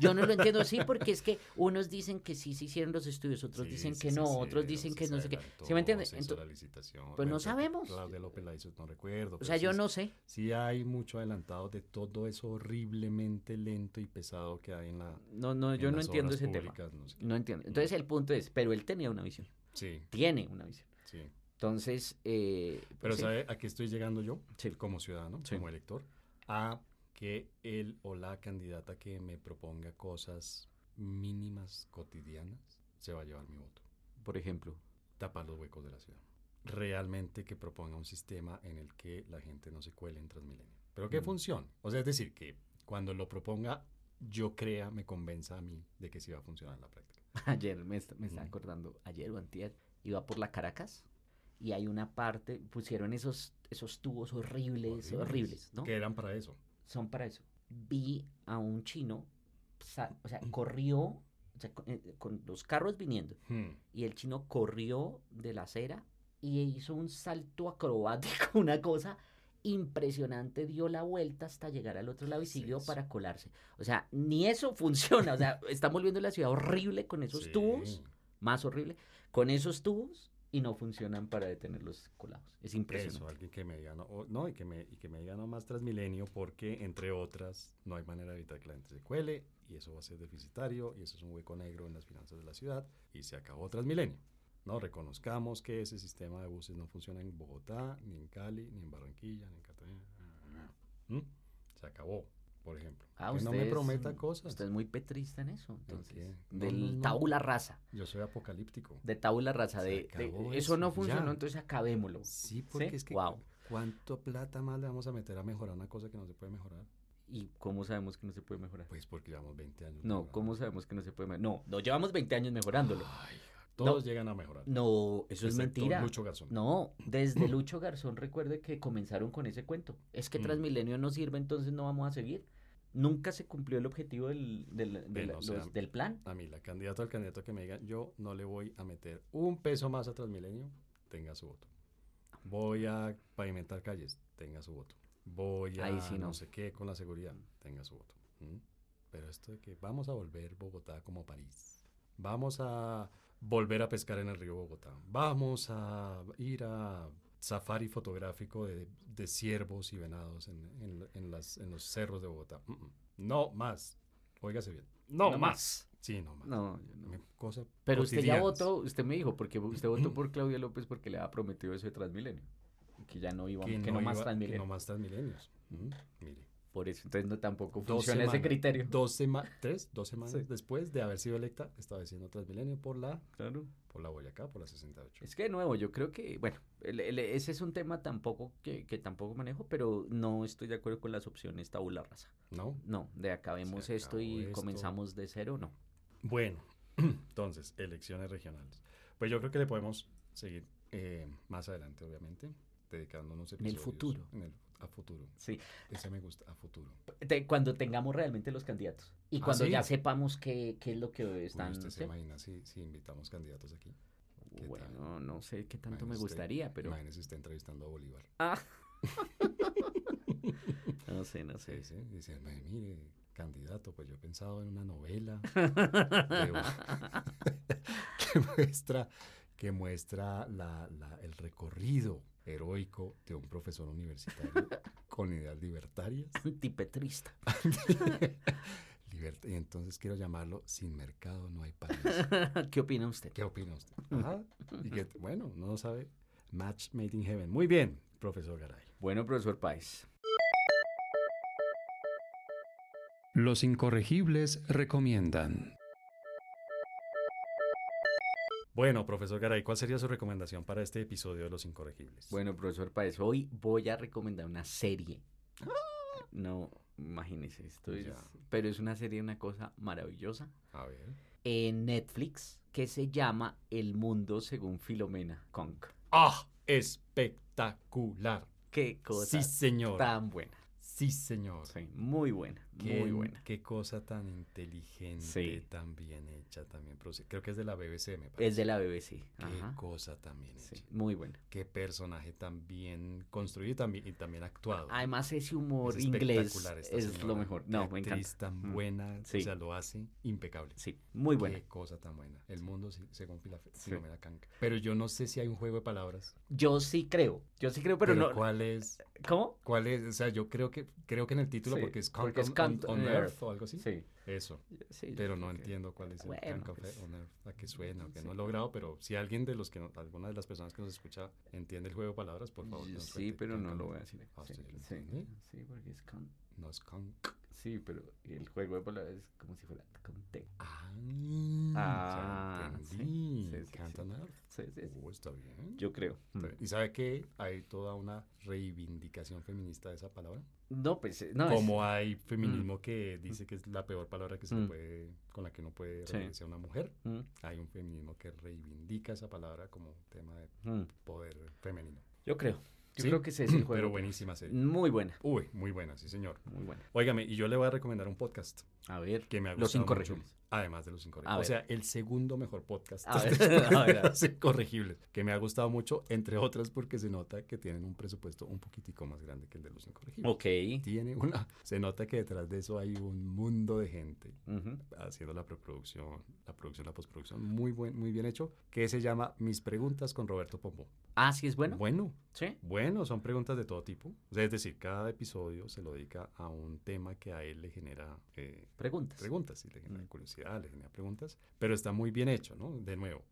A: Yo no lo entiendo, sí, porque es que unos dicen que sí se hicieron los estudios, otros
B: Sí,
A: dicen
B: sí,
A: que
B: sí,
A: no,
B: sí,
A: otros dicen
B: sí
A: que
B: se
A: no sé qué.
B: adelantó,
A: ¿Sí me entiende?
B: se hizo
A: Ento-
B: la licitación,
A: pues no
B: creo que
A: sabemos.
B: Claudia López la hizo, no recuerdo.
A: o
B: pero
A: sea,
B: sí
A: yo
B: se-
A: no sé.
B: Sí hay mucho adelantado de todo eso horriblemente lento y pesado que hay en la
A: No, no, yo
B: en
A: no
B: las
A: entiendo
B: obras
A: ese tema.
B: públicas, no sé qué.
A: No entiendo. Entonces el punto es, pero él tenía una visión,
B: Sí,
A: tiene una visión.
B: sí.
A: Entonces, eh,
B: Pero
A: sí,
B: ¿sabe a qué estoy llegando yo
A: Sí.
B: como ciudadano,
A: Sí.
B: como elector? A que él o la candidata que me proponga cosas mínimas, cotidianas, se va a llevar mi voto.
A: por ejemplo,
B: Tapar los huecos de la ciudad. Realmente que proponga un sistema en el que la gente no se cuele en Transmilenio. Pero que
A: Mm.
B: funcione. O sea, es decir, que cuando lo proponga, yo crea, me convenza a mí de que sí va a funcionar en la práctica.
A: Ayer me, est- me estaba
B: Ujú.
A: acordando, ayer o antier, iba por la Caracas y hay una parte, pusieron esos, esos tubos horribles, horribles, ¿no?
B: Que eran para eso.
A: Son para eso. Vi a un chino, sa- o sea, corrió, o sea, con, eh, con los carros viniendo,
B: Hmm.
A: y el chino corrió de la acera y hizo un salto acrobático, una cosa impresionante, dio la vuelta hasta llegar al otro lado y
B: es
A: siguió
B: eso?
A: para colarse. O sea, ni eso funciona, o sea, estamos viendo la ciudad horrible con esos
B: Sí.
A: tubos más horrible, con esos tubos y no funcionan para detener los colados. Es
B: Eso,
A: impresionante.
B: alguien que me diga no, o- no, y que me, y que me diga no más Transmilenio, porque entre otras no hay manera de evitar que la gente se cuele, y eso va a ser deficitario, y eso es un hueco negro en las finanzas de la ciudad, y se acabó Transmilenio. No reconozcamos que ese sistema de buses no funciona en Bogotá, ni en Cali, ni en Barranquilla, ni en Cartagena. ¿Mm? Se acabó, por ejemplo.
A: Ah,
B: que no
A: usted
B: me
A: es-
B: prometa cosas.
A: Usted es muy petrista en eso,
B: qué?
A: entonces.
B: No,
A: del
B: no, no.
A: tabula rasa,
B: Yo soy apocalíptico.
A: de tabula rasa,
B: Se
A: de, de-
B: acabó
A: eso, no
B: eso,
A: funcionó,
B: ya.
A: entonces acabémoslo.
B: Sí, porque
A: ¿Sí?
B: es que
A: Guau.
B: ¿cuánto plata más le vamos a meter a mejorar una cosa que no se puede mejorar?
A: ¿Y cómo sabemos que no se puede mejorar?
B: Pues porque llevamos 20 años.
A: No,
B: mejorando.
A: ¿cómo sabemos que no se puede mejorar? No, no llevamos 20 años mejorándolo.
B: Ay, todos llegan a mejorar.
A: No, eso es
B: excepto
A: mentira.
B: Lucho Garzón.
A: No, desde Lucho Garzón recuerde que comenzaron con ese cuento. Es que
B: Mm.
A: Transmilenio no sirve, entonces no vamos a seguir. Nunca se cumplió el objetivo del, del, de la-
B: o sea,
A: los- del plan.
B: A mí, la candidata al candidato que me diga, yo no le voy a meter un peso más a Transmilenio, tenga su voto. Voy a pavimentar calles, tenga su voto. Voy a
A: Ahí sí
B: no.
A: no.
B: sé qué con la seguridad, tenga su voto. ¿Mm? Pero esto de que vamos a volver Bogotá como París. Vamos a volver a pescar en el río Bogotá. Vamos a ir a safari fotográfico de, de ciervos y venados en, en- en las- en los cerros de Bogotá. Mm, mm. No más. Óigase bien. No, más. Sí, no más.
A: No, yo no.
B: Me- cosas
A: Pero usted ya
B: cotidianas.
A: votó, usted me dijo, porque usted votó por Claudia López porque le había prometido eso de Transmilenio. Que ya no iba, que, no,
B: iba-
A: más
B: Que
A: Transmilenio.
B: no más Transmilenios. Mm, Mire.
A: Por eso, entonces no tampoco
B: Dos
A: funciona ese
B: semanas-
A: criterio.
B: Dos semanas, tres, dos semanas
A: Sí.
B: después de haber sido electa, estaba diciendo Transmilenio por la,
A: Claro.
B: por la Boyacá, por la 68.
A: Es que de nuevo, yo creo que, bueno, el- el- ese es un tema tampoco que, que tampoco manejo, pero no estoy de acuerdo con las opciones tabula rasa.
B: ¿No?
A: No, de acabemos
B: Se
A: esto y
B: acabó esto.
A: comenzamos de cero, no.
B: Bueno, entonces, elecciones regionales. Pues yo creo que le podemos seguir eh, más adelante, obviamente, dedicándonos
A: En el
B: episodios
A: futuro.
B: en el- a futuro.
A: Sí. Pues
B: Ese me gusta, a futuro.
A: Te- cuando tengamos realmente los candidatos y
B: Ah,
A: cuando
B: ¿sí?
A: ya sepamos qué, qué es lo que
B: Uy,
A: están.
B: ¿Usted se
A: ¿sí?
B: imagina si, si invitamos candidatos aquí? ¿Qué tal?
A: Bueno, no sé qué tanto me
B: Imagínese usted-
A: gustaría, pero
B: Imagínese usted entrevistando a Bolívar.
A: no sé, no sé.
B: Sí, sí. Dicen, "Mae, mire, candidato, pues yo he pensado en una novela de- que muestra, que muestra la- la- el recorrido heroico de un profesor universitario con ideas libertarias.
A: Antipetrista.
B: Libert- y entonces quiero llamarlo Sin Mercado No Hay País.
A: ¿Qué opina usted?
B: ¿Qué opina usted? Ajá. Y que, bueno, no sabe. Match Made in Heaven. Muy bien, profesor Garay.
A: Bueno, profesor Páez.
B: Los incorregibles recomiendan. Bueno, profesor Garay, ¿cuál sería su recomendación para este episodio de Los Incorregibles?
A: Bueno, profesor Páez, hoy voy a recomendar una serie. No, imagínese, esto es-
B: ¡Ah! Pues Ya.
A: Pero es una serie, una cosa maravillosa.
B: a ver.
A: En Netflix, que se llama El Mundo Según Filomena Conk.
B: ¡Ah! Espectacular.
A: Qué cosa
B: Sí, señor.
A: tan buena.
B: pues Sí, señor.
A: Sí, muy buena,
B: Qué,
A: muy buena.
B: Qué cosa tan inteligente,
A: Sí.
B: tan bien hecha, también Creo que es de la BBC, me parece.
A: Es de la BBC.
B: Qué
A: Ajá.
B: cosa tan bien hecha.
A: Sí, muy buena.
B: Qué personaje tan bien construido y también, y también actuado.
A: Además, ese humor
B: Es
A: inglés
B: espectacular esta
A: es lo
B: señora.
A: mejor.
B: Qué
A: No, me
B: actriz
A: encanta.
B: tan
A: Mm.
B: buena,
A: Sí.
B: o sea, lo hace impecable.
A: Sí, muy buena.
B: Qué cosa tan buena. El mundo sí- según Fila-
A: Sí.
B: Filomena Canca. Pero yo no sé si hay un juego de palabras.
A: Yo sí creo. Yo sí creo, pero, no.
B: ¿Cuál es?
A: ¿Cómo?
B: ¿Cuál es? O sea, yo creo que creo que en el título
A: Sí,
B: porque es Canca
A: porque es
B: on-
A: Canca
B: on,
A: on
B: Earth,
A: Earth.
B: o algo así.
A: Sí.
B: Eso.
A: sí, yo
B: Pero
A: sí
B: no
A: creo.
B: entiendo cuál es el
A: Bueno,
B: Canca
A: pues,
B: on Earth, a qué suena, o qué
A: sí.
B: no he logrado, pero si alguien de los que no- alguna de las personas que nos escucha entiende el juego de palabras, por favor. que nos
A: Sí,
B: cuente
A: pero
B: Canca
A: no
B: on
A: lo
B: Earth.
A: voy a decir.
B: Ah,
A: Sí,
B: ¿usted lo
A: sí,
B: entiende?
A: sí, porque es con.
B: No es Canca.
A: Sí, pero el juego de palabras es como si fuera con T.
B: Ah,
A: Ah,
B: ya
A: sí,
B: entendí.
A: sí, sí,
B: Canton Earth.
A: Sí, sí, sí.
B: Oh, está bien.
A: Yo creo. Mm.
B: Está bien. ¿Y sabe que hay toda una reivindicación feminista de esa palabra?
A: No, pues eh, no. es-
B: Como hay feminismo que dice que es la peor palabra que se le
A: Mm.
B: puede, con la que no puede
A: Sí.
B: referirse a una mujer,
A: Mm,
B: hay un feminismo que reivindica esa palabra como tema de
A: mm.
B: poder femenino.
A: Yo creo. Yo
B: Sí,
A: creo que Mm. ese es el juego.
B: Pero buenísima serie.
A: Muy buena,
B: Uy, muy buena, sí señor.
A: muy buena.
B: Óigame, y yo le voy a recomendar un podcast
A: A ver.
B: que me ha
A: Los
B: gustado mucho,
A: incorregibles.
B: Además de los
A: A
B: incorregibles. O
A: ver.
B: sea, el segundo mejor
A: A
B: podcast.
A: ver,
B: después de
A: a ver, a ver.
B: Los incorregibles. Que me ha gustado mucho, entre otras, porque se nota que tienen un presupuesto un poquitico más grande que el de los incorregibles.
A: Ok.
B: Tiene una. Se nota que detrás de eso hay un mundo de gente
A: Ujú.
B: haciendo la preproducción, la producción, la postproducción, muy buen, muy bien hecho, que se llama Mis preguntas con Roberto Pombo.
A: Ah, sí es bueno.
B: bueno,
A: Sí.
B: bueno, son preguntas de todo tipo. O sea, es decir, cada episodio se lo dedica a un tema que a él le genera eh,
A: Preguntas.
B: preguntas, y le genera
A: Mm.
B: curiosidad, le genera preguntas, pero está muy bien hecho, ¿no? De nuevo,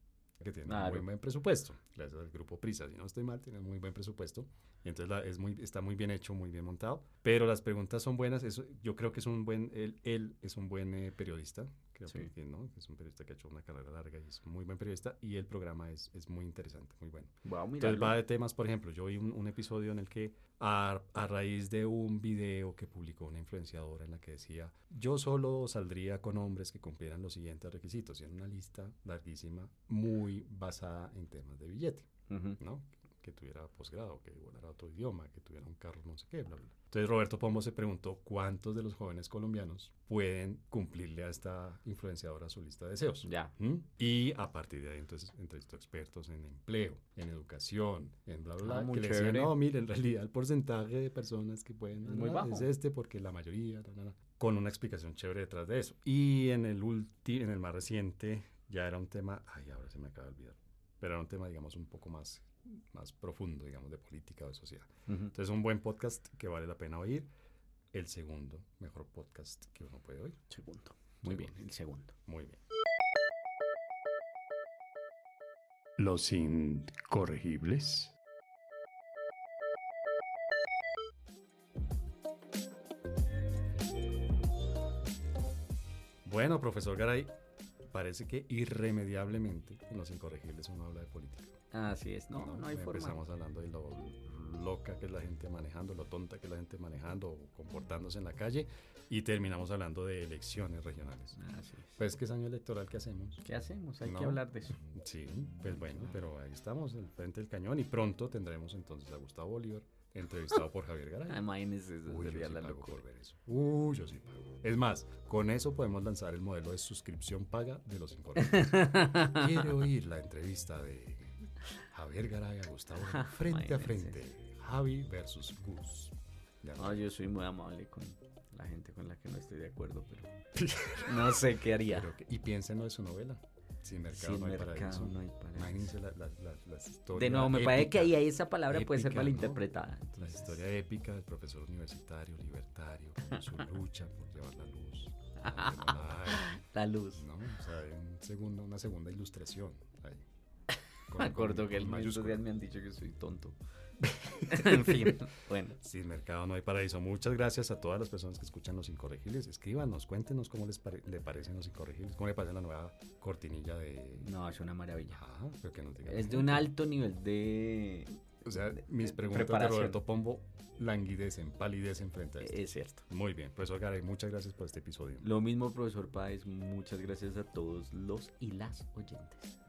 B: que tiene un muy
A: Claro.
B: buen presupuesto, gracias al grupo Prisa, si no estoy mal, tiene muy buen presupuesto, y entonces la- es muy, está muy bien hecho, muy bien montado, pero las preguntas son buenas, eso, yo creo que es un buen, él, él es un buen eh, periodista, creo que-
A: Sí.
B: que, ¿no? es un periodista que ha hecho una carrera larga y es muy buen periodista, y el programa es, es muy interesante, muy bueno.
A: Wow, mira.
B: Entonces va de temas, por ejemplo, yo vi un, un episodio en el que a, a raíz de un video que publicó una influenciadora en la que decía, yo solo saldría con hombres que cumplieran los siguientes requisitos, y era una lista larguísima, muy basada en temas de billete, ¿no? Que tuviera posgrado, que volara otro idioma, que tuviera un carro, no sé qué, bla, bla. Entonces Roberto Pombo se preguntó cuántos de los jóvenes colombianos pueden cumplirle a esta influenciadora su lista de deseos.
A: Ya.
B: ¿Mm? Y a partir de ahí, entonces, entrevistó expertos en empleo, en educación, en bla, bla,
A: Ah,
B: bla.
A: muy
B: que le decían,
A: chévere.
B: no, mire, en realidad el porcentaje de personas que pueden
A: Es muy
B: ganar es
A: bajo.
B: este porque la mayoría, na, na, na", con una explicación chévere detrás de eso. Y en el, ulti, en el más reciente ya era un tema, ay, ahora se me acaba de olvidar, pero era un tema, digamos, un poco más, más profundo, digamos, de política o de sociedad.
A: Ujú.
B: Entonces, un buen podcast que vale la pena oír. El segundo mejor podcast que uno puede oír.
A: Segundo. Muy bien, el segundo.
B: Muy bien. Los incorregibles. Bueno, profesor Garay, parece que irremediablemente en Los Incorregibles uno habla de política.
A: Así es. No, no, hay forma.
B: pues Empezamos hablando de lo loca que es la gente manejando, lo tonta que es la gente manejando o comportándose en la calle y terminamos hablando de elecciones regionales.
A: Así es.
B: Pues que es año electoral que hacemos.
A: ¿Qué hacemos? Hay
B: No.
A: que hablar de eso.
B: Sí, pues bueno, pero ahí estamos, al frente del cañón, y pronto tendremos entonces a Gustavo Bolívar, entrevistado por Javier
A: Ah,
B: Garay.
A: Imagínense, esa
B: Uy, yo
A: sería
B: sí
A: la
B: pago por
A: locura.
B: ver eso. Uy, yo sí pago. Es más, con eso podemos lanzar el modelo de suscripción paga de los incorregibles. Quiero oír la entrevista de Javier Garay a Gustavo Bolívar, frente a
A: Imagínense.
B: frente. Javi versus Gus. Ya no
A: No, yo soy muy amable con la gente con la que no estoy de acuerdo, pero no sé qué haría.
B: Pero que- y piensen lo de su novela. Sin mercado
A: Sin
B: no hay
A: mercado
B: paraíso.
A: no hay paraíso.
B: Imagínense la- la- la- las historias.
A: De nuevo, me parece que ahí esa palabra puede ser
B: épica, ¿no?
A: malinterpretada.
B: La historia épica del profesor universitario, libertario, con su lucha por llevar la luz. a la
A: La luz.
B: verdad, ¿no? O sea, hay un segundo, una segunda ilustración. ahí. Con-
A: Me acuerdo
B: con-
A: Ah, que el
B: con mayúscula.
A: me han dicho que soy tonto. en fin, bueno.
B: Sin mercado no hay paraíso. Muchas gracias a todas las personas que escuchan Los Incorregibles. Escríbanos, cuéntenos cómo les, pare- le parecen Los Incorregibles, cómo le parece la nueva cortinilla de...
A: No, es una maravilla.
B: Ah, pero que nos digan.
A: Es de un alto nivel de...
B: O sea, mis
A: de
B: preguntas de
A: preparación.
B: Roberto Pombo languidecen, palidecen frente a esto.
A: Es cierto.
B: Muy bien, profesor Garay, muchas gracias por este episodio.
A: Lo mismo, profesor Páez. Muchas gracias a todos los y las oyentes.